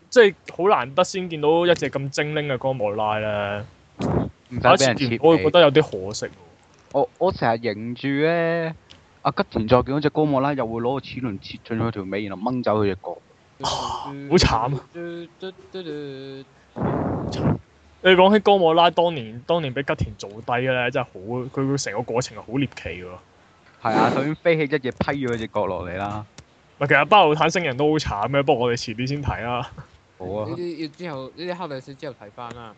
S2: 即係好難得先見到一隻咁精靈嘅哥莫拉咧。第
S4: 唔
S2: 一
S4: 使俾
S2: 次
S4: 人切
S2: 見，我啊會覺
S4: 你。
S2: 得有啲可惜喎。
S4: 我我成日認住咧，阿吉田再見嗰只高莫啦，又會攞個齒輪切進去條尾，然後掹走佢只角。
S2: 好
S3: 好
S2: 慘啊！你講起哥莫拉當年，當年俾吉田做低咧，真係好，佢佢成個過程係好獵奇喎。
S4: 係啊，首先飛起一嘢批咗佢只角落嚟啦。
S2: 唔係其實巴魯坦星人都好慘嘅，不過我哋遲啲先睇啦。
S4: 好
S3: 呢
S4: 啊，
S3: 啲要之後，呢啲黑歷史之後睇翻啦。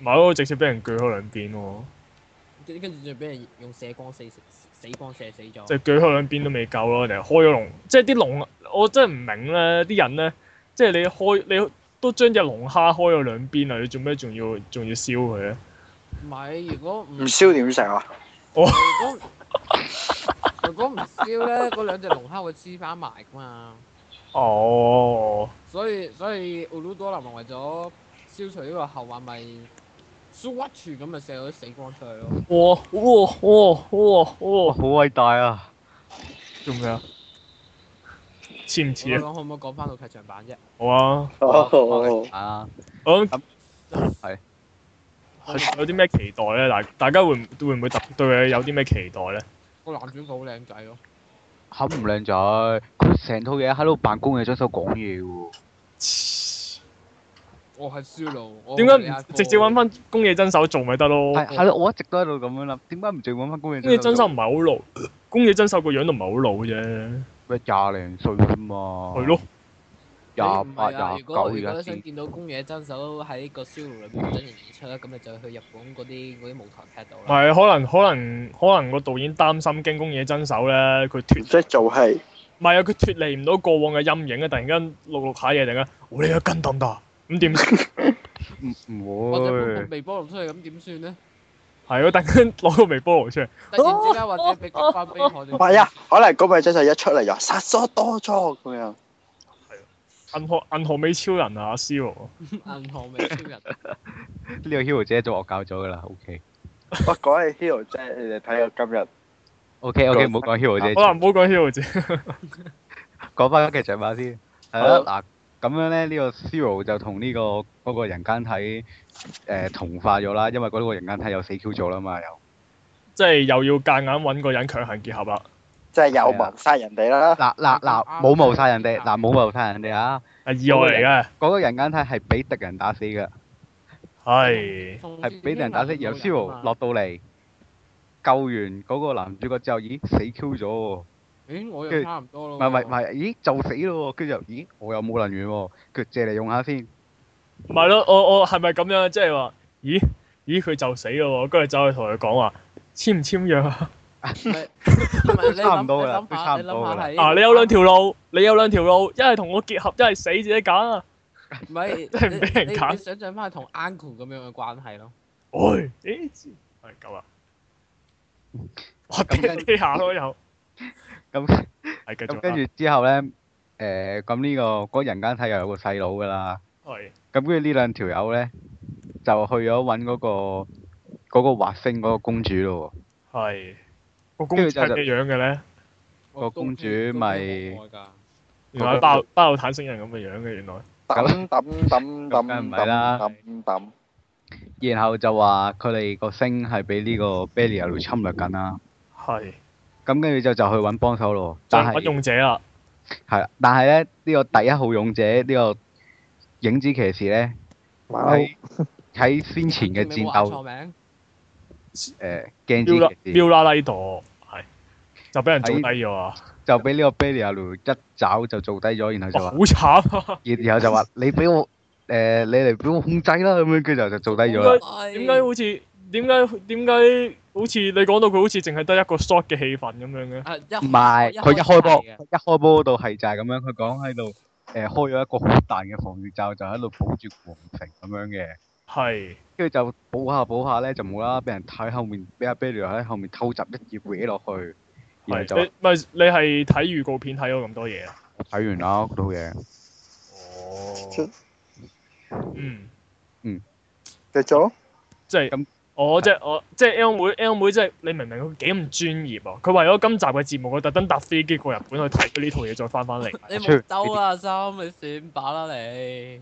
S2: 唔係咯，直接俾人鋸開兩邊喎，
S3: 跟跟住就俾人用射光射死死光射死咗。
S2: 即係鋸開兩邊都未夠咯，人哋開咗龍，即係啲龍，我我真係唔明咧，啲人咧，即係你開你都將只龍蝦開咗兩邊啦，你做咩仲要仲要燒佢咧？
S3: 唔係，如果唔
S1: 唔燒點食啊？
S3: 如果如果唔燒咧，嗰兩隻龍蝦會黐翻埋噶嘛。
S2: 哦，
S3: 所以所以奧魯多林為咗消除呢個後患，咪燒屈住咁咪射咗死光出去咯。
S2: 哇哇哇哇
S4: 哇，
S2: 哇，
S4: 好偉大啊！
S2: 做咩啊？似唔似
S3: 我
S2: 啊？
S3: 講可唔可以講翻到劇場版啫？
S2: 好啊，
S1: 哦，
S4: 啊，
S2: 我諗
S4: 係
S2: 佢有啲咩期待咧？大大家會唔會唔會特對佢有啲咩期待咧？
S3: 個男主角好靚仔咯，
S4: 冚唔靚仔，佢成套嘢喺度扮公嘢，將手講嘢喎。
S3: 我係輸路。我
S2: 點解
S3: 係阿
S2: 唔
S3: 哥
S2: 直接揾翻宮野真手做咪得咯？
S4: 係係咯，我一直都喺度咁樣諗，點解唔直揾翻公嘢？
S2: 宮野真手唔係好老，宮野真手個樣都唔係好老啫。
S4: 咩廿零歲啫嘛？
S2: 係咯，，
S3: 你
S4: 廿
S3: 唔
S4: 八
S3: 係啊
S4: 廿
S3: 如果
S4: 九
S3: 如
S4: 而
S3: 果
S4: 家
S3: 想
S4: 先。
S3: 見到宮野真守喺個燒爐裏面真人演出咧，咁你就去日本嗰啲嗰啲舞台劇度
S2: 唔
S3: 啦。
S2: 係可能可能可能個導演擔心驚宮野真手咧，佢
S1: 即
S2: 脱
S1: 係做戲，
S2: 唔係啊，佢脱離唔到過往嘅陰影啊！突然間錄錄下嘢，突然間我呢個跟得唔得啊？咁點算
S4: 唔唔
S3: 或者
S4: 會
S3: 捧。微波爐出去咁點算 咧？
S2: 係啊咯？突然間攞個微波爐出嚟，
S3: 突然之間或者俾急翻俾我哋。
S1: 唔係啊，可能嗰位真係一出嚟就殺咗多咗咁樣。
S2: 銀河銀河美超人啊，阿 C 羅
S3: 銀河美超人，
S4: 呢個 hero 姐做惡搞咗㗎啦，OK。
S1: 喂，講起 Hero 姐，你哋睇我今日
S4: OK OK，唔好講 hero 姐
S2: 好。啦，唔好講 hero 姐，
S4: 講翻劇場版先，係
S1: 好
S4: 啦，嗱咁樣咧，呢、個 Zero 就同呢、個嗰、個人間體誒、同化咗啦，因為嗰個人間體有死 Q 咗啦嘛，又
S2: 即係又要夾硬揾個人強行結合啦。
S1: 即係有謀殺人哋啦，
S4: 嗱嗱嗱冇謀殺人哋，嗱冇謀殺人哋啊，
S2: 係意外嚟嘅，
S4: 嗰、個人間體係俾敵人打死嘅，
S2: 係
S4: 係俾敵人打死，然後 Zero 落。到嚟救完嗰個男主角之後，咦死 Q 咗喎，唔
S3: 咦，我又差唔多咯。
S4: 係唔係唔係，咦就死咯喎，跟住就咦我又冇能源喎，佢借嚟用下先，
S2: 唔係咯？我我係咪咁樣？即係話，咦咦佢就死咯喎！跟住走去同佢講話簽唔簽約啊？
S3: 係
S4: 差唔多㗎啦
S3: 你諗
S4: 都差唔多㗎啦
S3: 你諗下
S2: 啊嗱，你有兩條路，你有兩條路，一係同我結合，一係死自己揀啊！
S3: 唔係，
S2: 真係唔俾人
S3: 你你
S2: 揀
S3: 你想象翻同 uncle 咁樣嘅關係咯。
S2: 哎，誒，係咁啊！哇，
S4: 咁
S2: 跌幾下咯又，
S4: 咁。
S2: 係繼
S4: 咁
S2: 續啊
S4: 跟
S2: 跟
S4: 住之後咧，誒咁呢個嗰人間體又有個細佬噶啦，
S2: 係
S4: 咁跟住呢兩條友咧就去咗揾嗰個嗰個滑星嗰個公主咯
S2: 係個公
S4: 跟
S2: 主
S4: 住就
S2: 係咩樣嘅咧？
S4: 個公主咪
S2: 原來係包包坦星人咁嘅樣嘅原來。
S1: 抌抌抌
S4: 咁梗
S1: 抌
S4: 唔係啦
S1: 抌抌抌，
S4: 喎，然後就話佢哋個星係俾呢個 Belial 侵略緊啦，
S2: 係，
S4: 咁跟住就就去揾幫手咯，
S2: 就
S4: 但
S2: 係不
S4: 係
S2: 用者啦，
S4: 係啦，但係咧呢個第一號勇者呢、個影子騎士咧
S1: 冇
S4: 喺喺先前 嘅戰鬥
S3: 錯名，
S4: 誒鏡
S2: 彪拉
S4: 子騎士
S2: 彪拉拉度係就俾人做低咗啊！
S4: 就俾呢個 Belial 一爪就做低咗，然後就
S2: 哇，好。
S4: 話
S2: 慘啊！
S4: 然然後 就話你俾我誒、你嚟俾我控制啦，咁樣跟住就就做低咗啦。
S2: 點解好似點解點解好似你講到佢好似淨係得一個 shot 嘅氣氛咁樣嘅？
S3: 啊？一
S4: 唔係佢一開波，
S3: 嘅
S4: 佢。一開波嗰度係就係咁樣，佢講喺度誒開咗一個好大嘅防禦罩，就喺度保住皇城咁樣嘅。
S2: 係
S4: 跟住就補下補下咧，就冇啦啦俾人睇後面，俾阿 b i l l 喺後面偷襲一嘢搲落去，然後就
S2: 係你咪你係睇預告片睇咗咁多嘢啊？
S4: 睇完啦嗰套嘢。
S2: 哦，嗯，
S1: 繼續。
S2: 即係
S4: 咁
S2: 我即係我即係 L 妹 L 妹即係你明唔明佢幾咁專業啊？佢為咗今集嘅節目，佢特登搭飛機過日本去睇佢呢套嘢，再翻翻嚟。
S3: 你冇兜啦，心你算把啦你。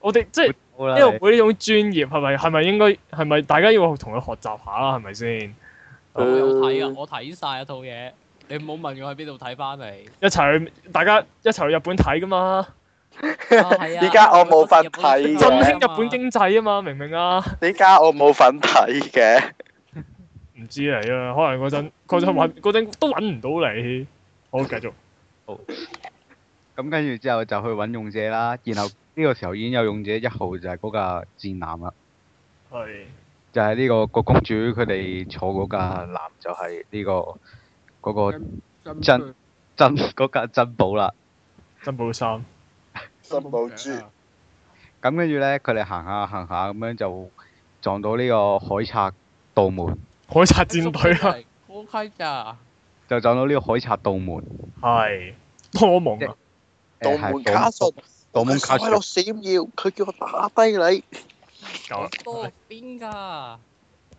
S2: 我哋即係
S4: 好啦，
S2: L 妹呢種專業係咪係咪應該係咪大家要同佢學習下啦？係咪先？
S3: 我有睇啊，我睇晒一套嘢。你唔好問我喺邊度睇翻嚟。
S2: 一齊去大家一齊去日本睇噶嘛？
S3: 啊係啊
S1: 依家我冇法睇
S2: 振
S1: 嘅
S2: 興日本經濟啊嘛，明唔明啊？
S1: 依家我冇份睇嘅，
S2: 唔知你啊，可能嗰陣嗰陣
S3: 嗯
S2: 揾嗰陣都揾唔到你。 好，繼續。
S4: 咁跟住之後就去揾勇者啦。然後呢個時候已經有勇者一號就係嗰架戰艦啦。
S2: 係。
S4: 就係呢、個個公主佢哋坐嗰架艦就係呢、個嗰、個
S3: 真
S4: 真真嗰架珍寶啦，
S2: 珍寶三，
S1: 森寶珠
S4: 咁跟住咧，佢哋行下行下咁樣就撞到呢個海賊道門，
S2: 海賊戰隊啊，
S5: 好閪
S3: à.
S5: 咋？
S4: 就撞到呢個海賊道門。
S2: 係多蒙啊，
S1: 道
S4: 誒係
S1: 門卡術，
S4: 道門卡
S1: 佢喺度
S4: 術，
S1: 閃耀，佢叫我打低你，
S2: 夠啦
S3: 多邊㗎？
S2: 啊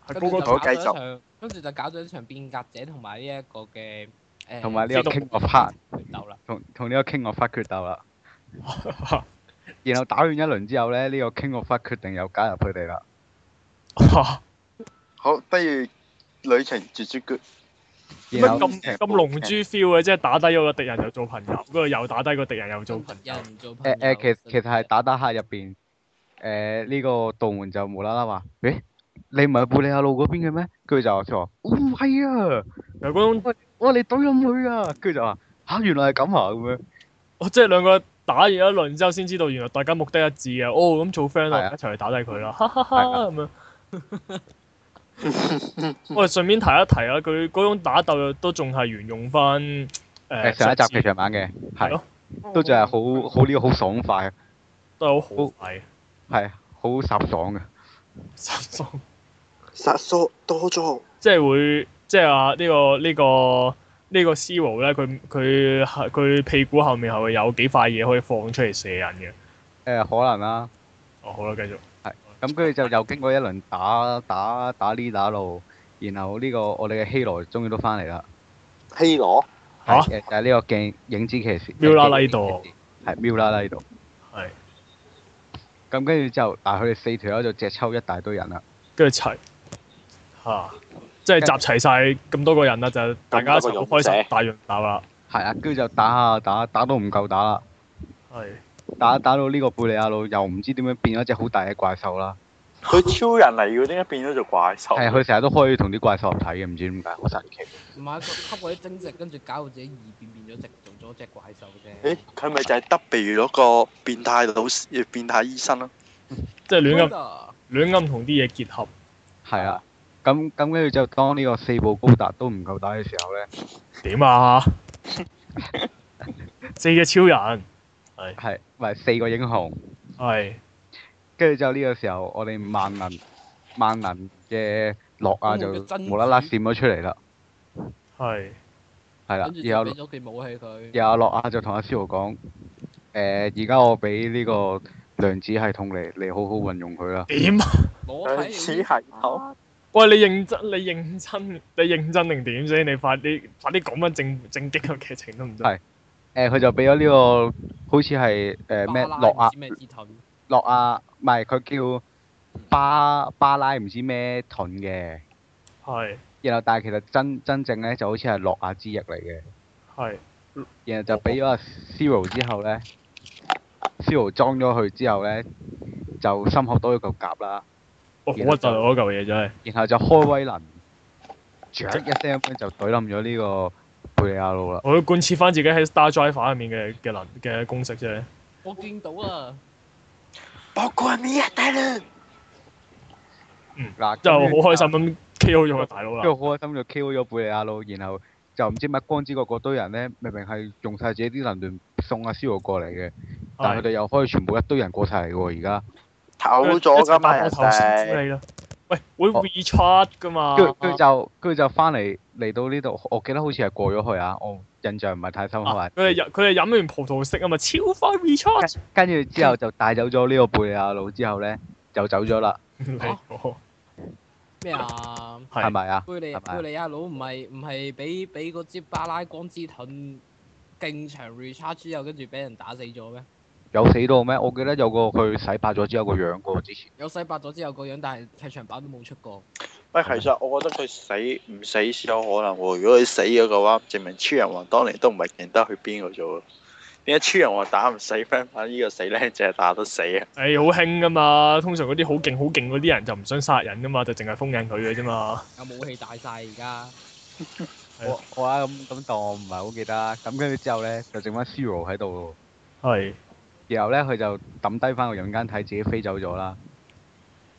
S2: 係
S3: 跟
S2: 高
S3: 住
S2: 高
S3: 就
S1: 好
S2: 頭
S3: 搞
S1: 繼
S3: 咗一
S1: 續
S3: 場，跟住就搞咗一場變革者同埋呢一個嘅誒，
S4: 同埋
S2: 知
S4: 呢個
S2: 道
S4: King of Heart，
S3: 決鬥啦。
S4: 同同呢個 King of Heart 決鬥啦。然後打完一輪之後咧，呢、個 King of Heart 決定又加入佢哋啦。
S1: 好，不如旅程絕絕決，
S2: 咩
S4: 然後
S2: 咁咁龍珠 feel 嘅，即係打低咗個敵人又做朋友，跟住又打低個敵人又做朋
S3: 有
S2: 友。
S3: 人做朋
S4: 誒
S3: 友
S4: 誒，其其實係打打下入邊，誒呢個道門就無啦啦話，誒你唔係布里亞路嗰邊嘅咩？跟住就話佢話，唔係啊，
S2: 有嗰種，
S4: 我哋懟冧佢啊！跟住就話吓，原來係咁啊咁樣。
S2: 哦即係兩個打完一輪之後，先知道原來大家目的一致嘅。哦，咁做 friend
S4: 係
S2: 啦，
S4: 啊
S2: 一齊去打低佢啦，哈哈哈
S4: 係啊
S2: 咁樣。 我哋順便提一提啊，佢嗰種打鬥都仲係沿用翻誒
S4: 誒上一哦集劇場版嘅
S2: 係
S4: 係
S2: 咯，
S4: 都仲係好好呢個好爽快，
S2: 都係好豪 快
S4: 係好雜爽嘅。啊
S2: 三叔
S1: 殺數多咗，
S2: 即係會，即係話呢個呢、個呢、個 C 羅咧，佢佢佢屁股後面係會有幾塊嘢可以放出嚟射人嘅。
S4: 誒可能啦，
S2: 哦，好啦，繼續。
S4: 咁跟住就又經過一輪打打打呢打路，然後呢個我哋嘅希羅終於都翻嚟啦。
S1: 希羅
S2: 嚇
S4: 係誒就係呢個鏡影子騎士。
S2: 妙拉拉度
S4: 係妙啦拉度。
S2: 係，
S4: 咁跟住之後，但係佢哋四條友就隻抽一大堆人啦。
S2: 跟住齊嚇、即係集齊晒咁多個人啦，就大家一齊好開心大潤打啦。
S4: 係啊，跟住就打下打打到唔夠打啦，
S2: 係
S4: 打打到呢個貝利亞路又唔知點樣變咗隻好大嘅怪獸啦。
S1: 佢超人嚟嘅，點解變咗做怪
S4: 係
S1: 獸？
S4: 佢成日都可以同啲怪獸合體嘅，唔知點解好神奇。
S3: 唔係佢吸嗰啲精值，跟住搞到自己異變變咗直，做咗只怪獸啫
S1: 誒。，佢咪就係 W 嗰個變態老師、變態醫生咯？
S2: 即係
S4: 啊
S2: 亂咁
S3: 咁
S2: 亂咁同啲嘢結合。
S4: 係啊，咁咁跟住就當呢個四部高達都唔夠打嘅時候咧，
S2: 點啊？四隻超人
S4: 係咪四個英雄？
S2: 係
S4: 跟住之後呢個時候，我哋萬能萬能嘅樂啊就
S3: 咁我嘅真
S4: 無啦啦
S3: 子
S4: 閃咗出嚟啦，
S2: 係
S4: 係啦
S3: 跟，住
S4: 然
S3: 就
S4: 後
S3: 俾。咗件武器佢。
S4: 有阿樂啊，就同阿思豪講：誒、而家我俾呢個量子系統嚟嚟好好運用佢啦。
S2: 點啊？
S3: 我
S1: 兩
S3: 睇
S1: 次係有，
S2: 喂，你認真，你認真，你認真定點先？你快啲，快啲講翻正正經嘅劇情得唔得？
S4: 係誒、佢就俾咗呢個好似係誒咩
S3: 巴拉
S4: 樂啊
S3: 唔知咩之盾，
S4: 樂啊，唔係佢叫巴巴拉唔知咩盾嘅。
S2: 係
S4: 然後但係其實真真正咧就好似係樂亞之翼嚟嘅。
S2: 係
S4: 然後就俾咗阿 Zero 之後咧，Zero 裝咗佢之後咧，就深刻多咗嚿夾啦。
S2: 哇，好核突啊！嗰嚿嘢真係
S4: 然後就開威能，著一聲咁樣就懟冧咗呢個貝利亞路啦。
S2: 我要貫徹翻自己喺 Star Driver 入面嘅嘅能嘅公式啫。
S3: 我見到啊，
S1: 博過你啊，大佬！
S4: 嗱，
S2: 就
S4: 跟住啊
S2: 好開心，啊咁 KO 咗個大佬
S4: 跟
S2: 啦。
S4: 住好開心就 KO 咗貝利亞路，然後就唔知乜光之國嗰堆人咧，明明係用晒自己啲能量送阿 Zero 過嚟嘅，但係佢
S2: 係
S4: 哋又可以全部一堆人過晒嚟喎，而家。
S1: 投咗㗎嘛，
S2: 一齊
S1: 人
S2: 打波頭先
S1: 哋
S2: 知你啦。喂，會
S4: 哦
S2: recharge 噶嘛？
S4: 跟住跟住就跟住就翻嚟嚟到呢度，我記得好似係過咗去啊，我印象唔係太深刻
S2: 啊
S4: 啊。
S2: 佢哋飲佢哋飲完葡萄適啊嘛，超快 recharge。
S4: 跟住之後就帶走咗呢個貝利亞路之後咧，就走咗啦，
S2: 嚟我
S3: 咩啊？
S4: 係
S2: 係
S4: 咪啊？
S3: 貝利
S4: 係咪啊
S3: 貝利亞佬唔係唔係俾俾嗰支巴拉光之盾勁長 recharge 之後，跟住俾人打死咗咩？
S4: 有死到咩？我記得有個佢洗白咗之後個樣過之前。
S3: 有洗白咗之後個樣，但係劇場版都冇出過。
S1: 喂，其實我覺得佢死唔死先有可能喎。如果佢死咗嘅話，證明超人王當年都唔係勁得去邊個啫喎。點解超人王打唔死 friend 反而呢個死僆仔打得死啊？
S2: 誒好興噶嘛，通常嗰啲好勁好勁嗰啲人就唔想殺人噶嘛，就淨係封印佢嘅啫嘛。
S3: 有武器大晒而家，
S2: 係啊
S4: 我我啊咁咁當我唔係好記得啦。咁跟住之後咧，就剩翻 Zero 喺度
S2: 係，
S4: 喎。然後咧，佢就抌低翻個人間體，自己飛走咗啦。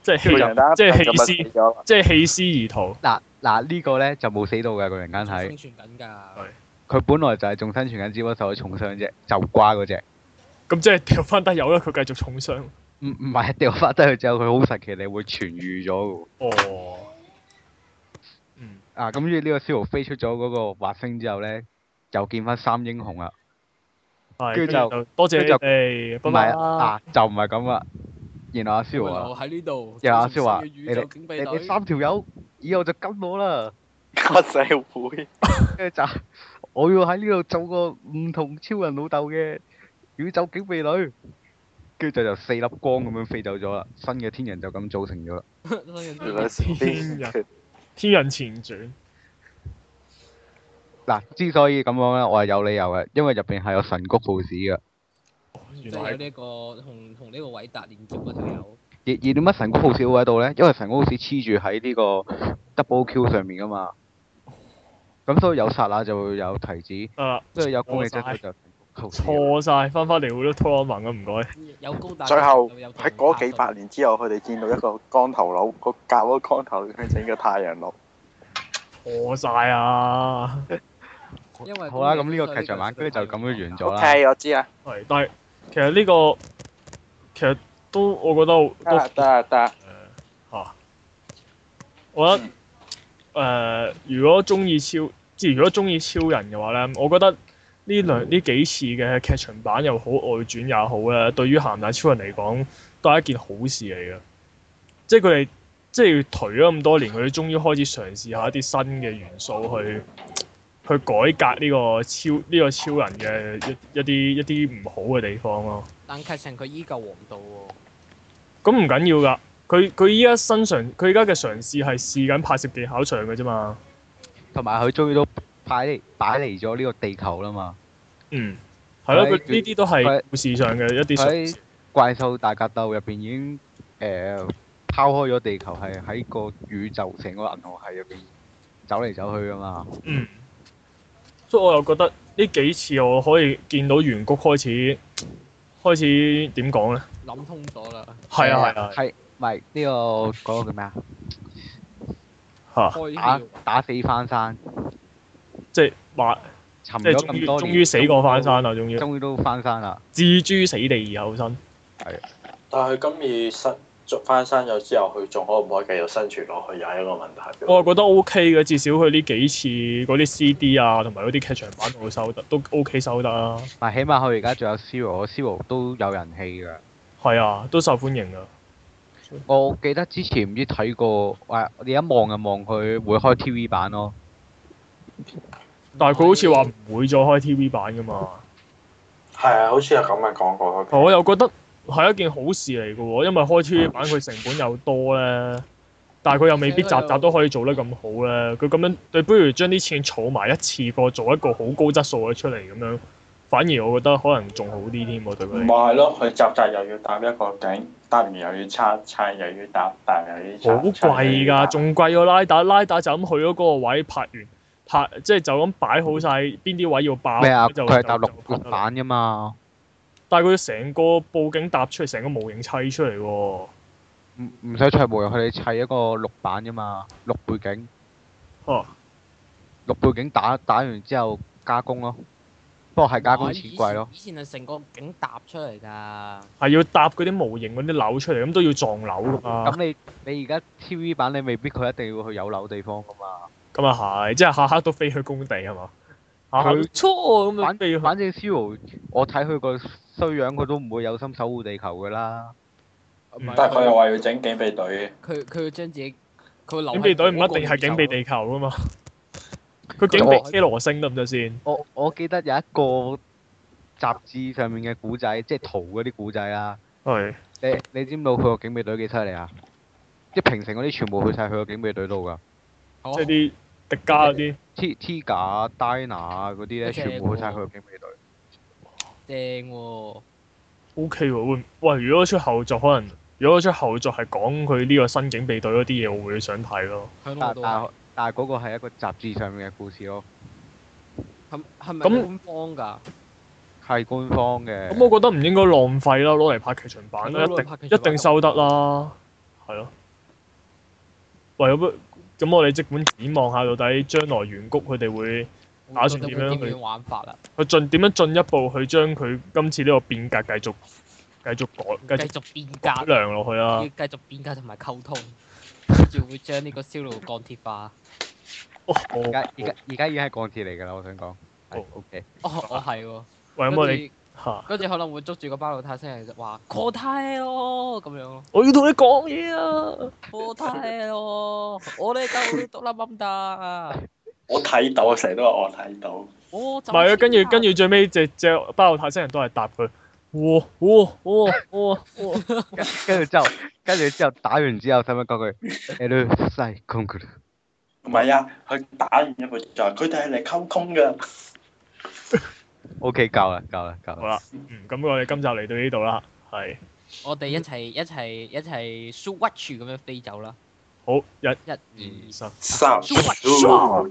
S2: 即係
S1: 超人打
S2: 棄即係
S1: 咁就
S2: 棄屍，
S1: 死咗啦。
S2: 即係棄屍而逃。
S4: 嗱嗱，呢個咧就冇死到嘅個人間體，啊
S3: 仲生存緊㗎。
S2: 係
S4: 佢本來就係仲生存緊，只不過受咗重傷啫，就瓜嗰只。
S2: 咁即係掉翻低有啦，佢繼續重傷。
S4: 唔唔係 掉翻低佢之後，佢好神奇你會痊愈咗嘅喎。
S2: 哦，嗯，
S4: 啊，咁於呢個逍遙飛出咗嗰個滑星之後咧，又見翻三英雄啦。
S2: 嗯係。跟
S4: 跟住
S2: 住
S4: 就
S2: 就多謝
S4: 跟
S2: 你
S4: 住就
S2: 哋，拜
S4: 唔
S2: 拜
S4: 係
S2: 啦。
S4: 啊，嗱就唔係咁啦。然後阿啊肖
S5: 我
S4: 話：
S5: 留喺呢度。
S4: 又阿
S5: 組成
S4: 蕭話
S5: 新嘅宇宙警
S4: 啊你
S5: 備
S4: 哋
S5: 隊。
S4: 三條友以後就跟我啦，
S1: 黑社 會
S4: 跟住就 我要喺呢度做個唔同超人老豆嘅宇宙警備女。跟住就就四粒光咁樣飛走咗啦，新嘅天人就咁組成咗啦。
S1: 原來是
S2: 天
S1: 啲
S2: 人天人前傳，
S4: 嗱，之所以咁講咧，我係有理由嘅，因為入邊係有神谷報史嘅。
S5: 即
S2: 原
S5: 係
S2: 來
S5: 有
S2: 係
S5: 呢一個同同呢個偉達連接嗰條友。
S4: 而而點解神谷浩史會喺度咧？因為神谷浩史黐住喺呢個 Double Q 上面噶嘛。咁所以有剎那就會有提子，
S2: 得啦，
S4: 所以有攻擊
S2: 啊錯
S4: 質
S2: 晒
S4: 佢就神谷浩史。
S2: 錯晒，翻返嚟會都拖我文咁，唔該。
S5: 有高達。
S1: 最後
S5: 有同
S1: 喺嗰
S5: 拍
S1: 幾
S5: 檔
S1: 百年之後，佢哋見到一個光頭佬，個教嗰個光頭佬整個太陽佬，
S2: 錯晒 啊！
S5: 因為
S4: 好啦，
S5: 公
S4: 咁
S5: 司
S4: 呢個
S5: 所以
S4: 劇場版跟住就咁樣完咗啦。
S1: OK，我知啦，
S2: 係，但係其實呢個其實都我覺得
S1: 得
S4: 啊
S2: 都
S1: 啦得啦得啦，
S2: 嚇、啊我覺得誒、呃如果中意超，即係如果中意超人嘅話咧，我覺得呢兩呢幾次嘅劇場版又好，外傳也好咧，對於鹹蛋超人嚟講都係一件好事嚟嘅。即係佢哋即係頹咗咁多年，佢哋終於開始嘗試下一啲新嘅元素去。去改革呢個超呢、個超人嘅一一啲一啲唔好嘅地方咯。
S3: 但劇情佢依舊黃道喎。
S2: 咁唔緊要㗎，佢佢依家新嘗，佢而家嘅嘗試係試緊拍攝技巧上嘅啫嘛。
S4: 同埋佢終於都擺嚟擺嚟咗呢個地球啦嘛。
S2: 嗯，係咯，佢
S4: 係
S2: 呢啲都係
S4: 佢
S2: 故事上嘅一啲嘗
S4: 喺
S2: 試。
S4: 怪獸大格鬥入邊已經誒、呃、拋開咗地球，係喺個宇宙成個銀河系入邊走嚟走去噶嘛。
S2: 嗯，所以我又覺得呢幾次我可以見到圓谷開始開始點講咧？
S5: 諗通咗啦，
S2: 係啊
S4: 呃
S2: 係啊
S4: 係唔係呢個嗰個叫咩啊？
S2: 嚇，
S5: 開
S4: 打
S5: 竅。
S4: 打死翻山，
S2: 即係話
S4: 沉
S2: 即係
S4: 咗
S2: 終於
S4: 咁多
S2: 終
S4: 年，
S2: 於死過翻山啦，終於
S4: 終於都翻山啦。
S2: 置諸死地而後生。
S6: 但係佢今次生續翻生咗之後，佢仲可唔可以繼續生存落去，又係一個問題。
S2: 我係覺得 O K 嘅，至少佢呢幾次嗰啲 C D 啊，同埋嗰啲劇場版都收得，都 O、k 收得啊。
S4: 唔係，起碼佢而家仲有 Zero，Zero 都有人氣㗎。
S2: 係啊，都受歡迎㗎。
S4: 我記得之前唔知睇過，誒你一望就望佢會開 TV 版咯。
S2: 但係佢好似話唔會再開 TV 版噶嘛，
S6: 係啊，好似有咁嘅講過。
S2: 我又覺得係一件好事嚟嘅喎，因為開 TV 版佢成本又多咧，但係佢又未必集集都可以做得咁好咧。佢咁樣，你不如將啲錢儲埋一次過，做一個好高質素嘅出嚟咁樣，反而我覺得可能仲好啲添喎對
S6: 唔
S2: 佢哋。
S6: 係咯，佢集集又要搭一個頂，搭完又要拆，拆又要搭，搭又要拆
S2: 好貴㗎，仲貴過拉打，拉打就咁去咗嗰個位拍完。拍即係就咁擺好晒邊啲位要爆，
S4: 咩啊？
S2: 就
S4: 佢係搭
S2: 就
S4: 綠
S2: 就
S4: 綠版㗎嘛。
S2: 但係佢成個佈景搭出嚟，成個模型砌出嚟喎。
S4: 唔唔使砌模型，佢哋砌一個綠版㗎嘛，綠背景，
S2: 哦，
S4: 綠背景打打完之後加工咯。不過係加工錢貴咯。
S3: 以前係成個景搭出嚟㗎。
S2: 係要搭嗰啲模型嗰啲樓出嚟，咁都要撞樓噶嘛。
S4: 咁你你而家 TV 版你未必佢一定要去有樓地方㗎嘛。
S2: 咁啊係，即係下下都飛去工地係嘛？下下
S4: 佢
S2: 錯咁樣
S4: 反
S2: 飛去。
S4: 反正 Zero，我睇佢個衰樣，佢都唔會有心守護地球㗎啦。
S5: 唔
S2: 嗯
S5: 係
S6: 但係佢又話要整警備隊，
S3: 佢佢要將自己佢留喺
S2: 警備隊唔
S3: 嗰個啊
S2: 一定係警
S3: 宇
S2: 備
S3: 宙
S2: 地球噶嘛，佢警備車羅星得唔得先？
S4: 我我記得有一個雜誌上面嘅古仔，即係圖嗰啲古仔啦。
S2: 係
S4: 你你知唔知道佢個警備隊幾犀利啊？即係平成嗰啲全部去晒佢個警備隊度㗎。
S3: 好
S2: 即係啲迪迦嗰啲
S4: T T 架、Dina 嗰啲
S3: 佢
S4: 咧，
S3: 正
S4: 全部去晒佢個警備隊。
S3: 正喎，
S2: O K 喎，會唔喂，如果出後作可能，如果出後作係講佢呢個新警備隊嗰啲嘢，我會想睇咯。
S3: 響
S4: 但
S3: 我
S4: 但
S3: 度
S4: 但係嗰個係一個雜誌上面嘅故事咯，
S3: 係係咪
S2: 咁
S3: 官方㗎？
S4: 係官方嘅。
S2: 咁我覺得唔應該浪費啦，攞嚟拍劇場版啦，
S3: 係
S2: 一
S3: 咯攞嚟拍
S2: 定
S3: 劇場
S2: 一
S3: 版
S2: 定收得啦，係咯。喂，咁咁我哋即管展望下到底將來圓谷佢哋會打算點樣
S3: 咁
S2: 去
S3: 佢點樣玩法啦？
S2: 佢進點樣進一步去將佢今次呢個變革繼續繼續改繼
S3: 繼
S2: 續啊
S3: 續變
S2: 改
S3: 革，
S2: 良落去啦
S3: 要。繼續變革同埋溝通，跟住會將呢個銷路鋼鐵化。
S2: 哦，
S4: 而家而
S2: 哦
S4: 家而家已經係鋼鐵嚟㗎啦，我想講。係
S2: 哦
S4: OK，
S3: 哦，我係喎。
S2: 喂，咁我哋
S3: 跟住
S2: 嚇，
S3: 跟住可能會捉住個巴魯泰星人就話 c a l l 泰咯咁樣咯
S2: 我要同你講嘢啊！
S3: c a l l 泰咯， 我哋就會獨立冧達。
S6: 我睇到，成日都話我睇到。
S3: 我唔
S2: 唔係啊，跟住跟住最尾隻隻巴魯泰星人都係答佢。哇哇 哇哇 哇！
S4: 跟跟住之後，跟住之後打完之後，使唔使講句 ？Hello，西空佢。
S6: 唔係啊，佢打完一個就話佢哋係嚟溝通㗎。
S4: OK，夠啦，夠啦，夠
S2: 好
S4: 啦。
S2: 啦，嗯，咁我哋今集嚟到呢度啦，係
S3: 我哋一齊一齊一齊 s u w a t c h 咁樣飛走啦，
S2: 好一
S3: 一二
S2: 二三。
S6: 三
S3: ，Super
S2: 哇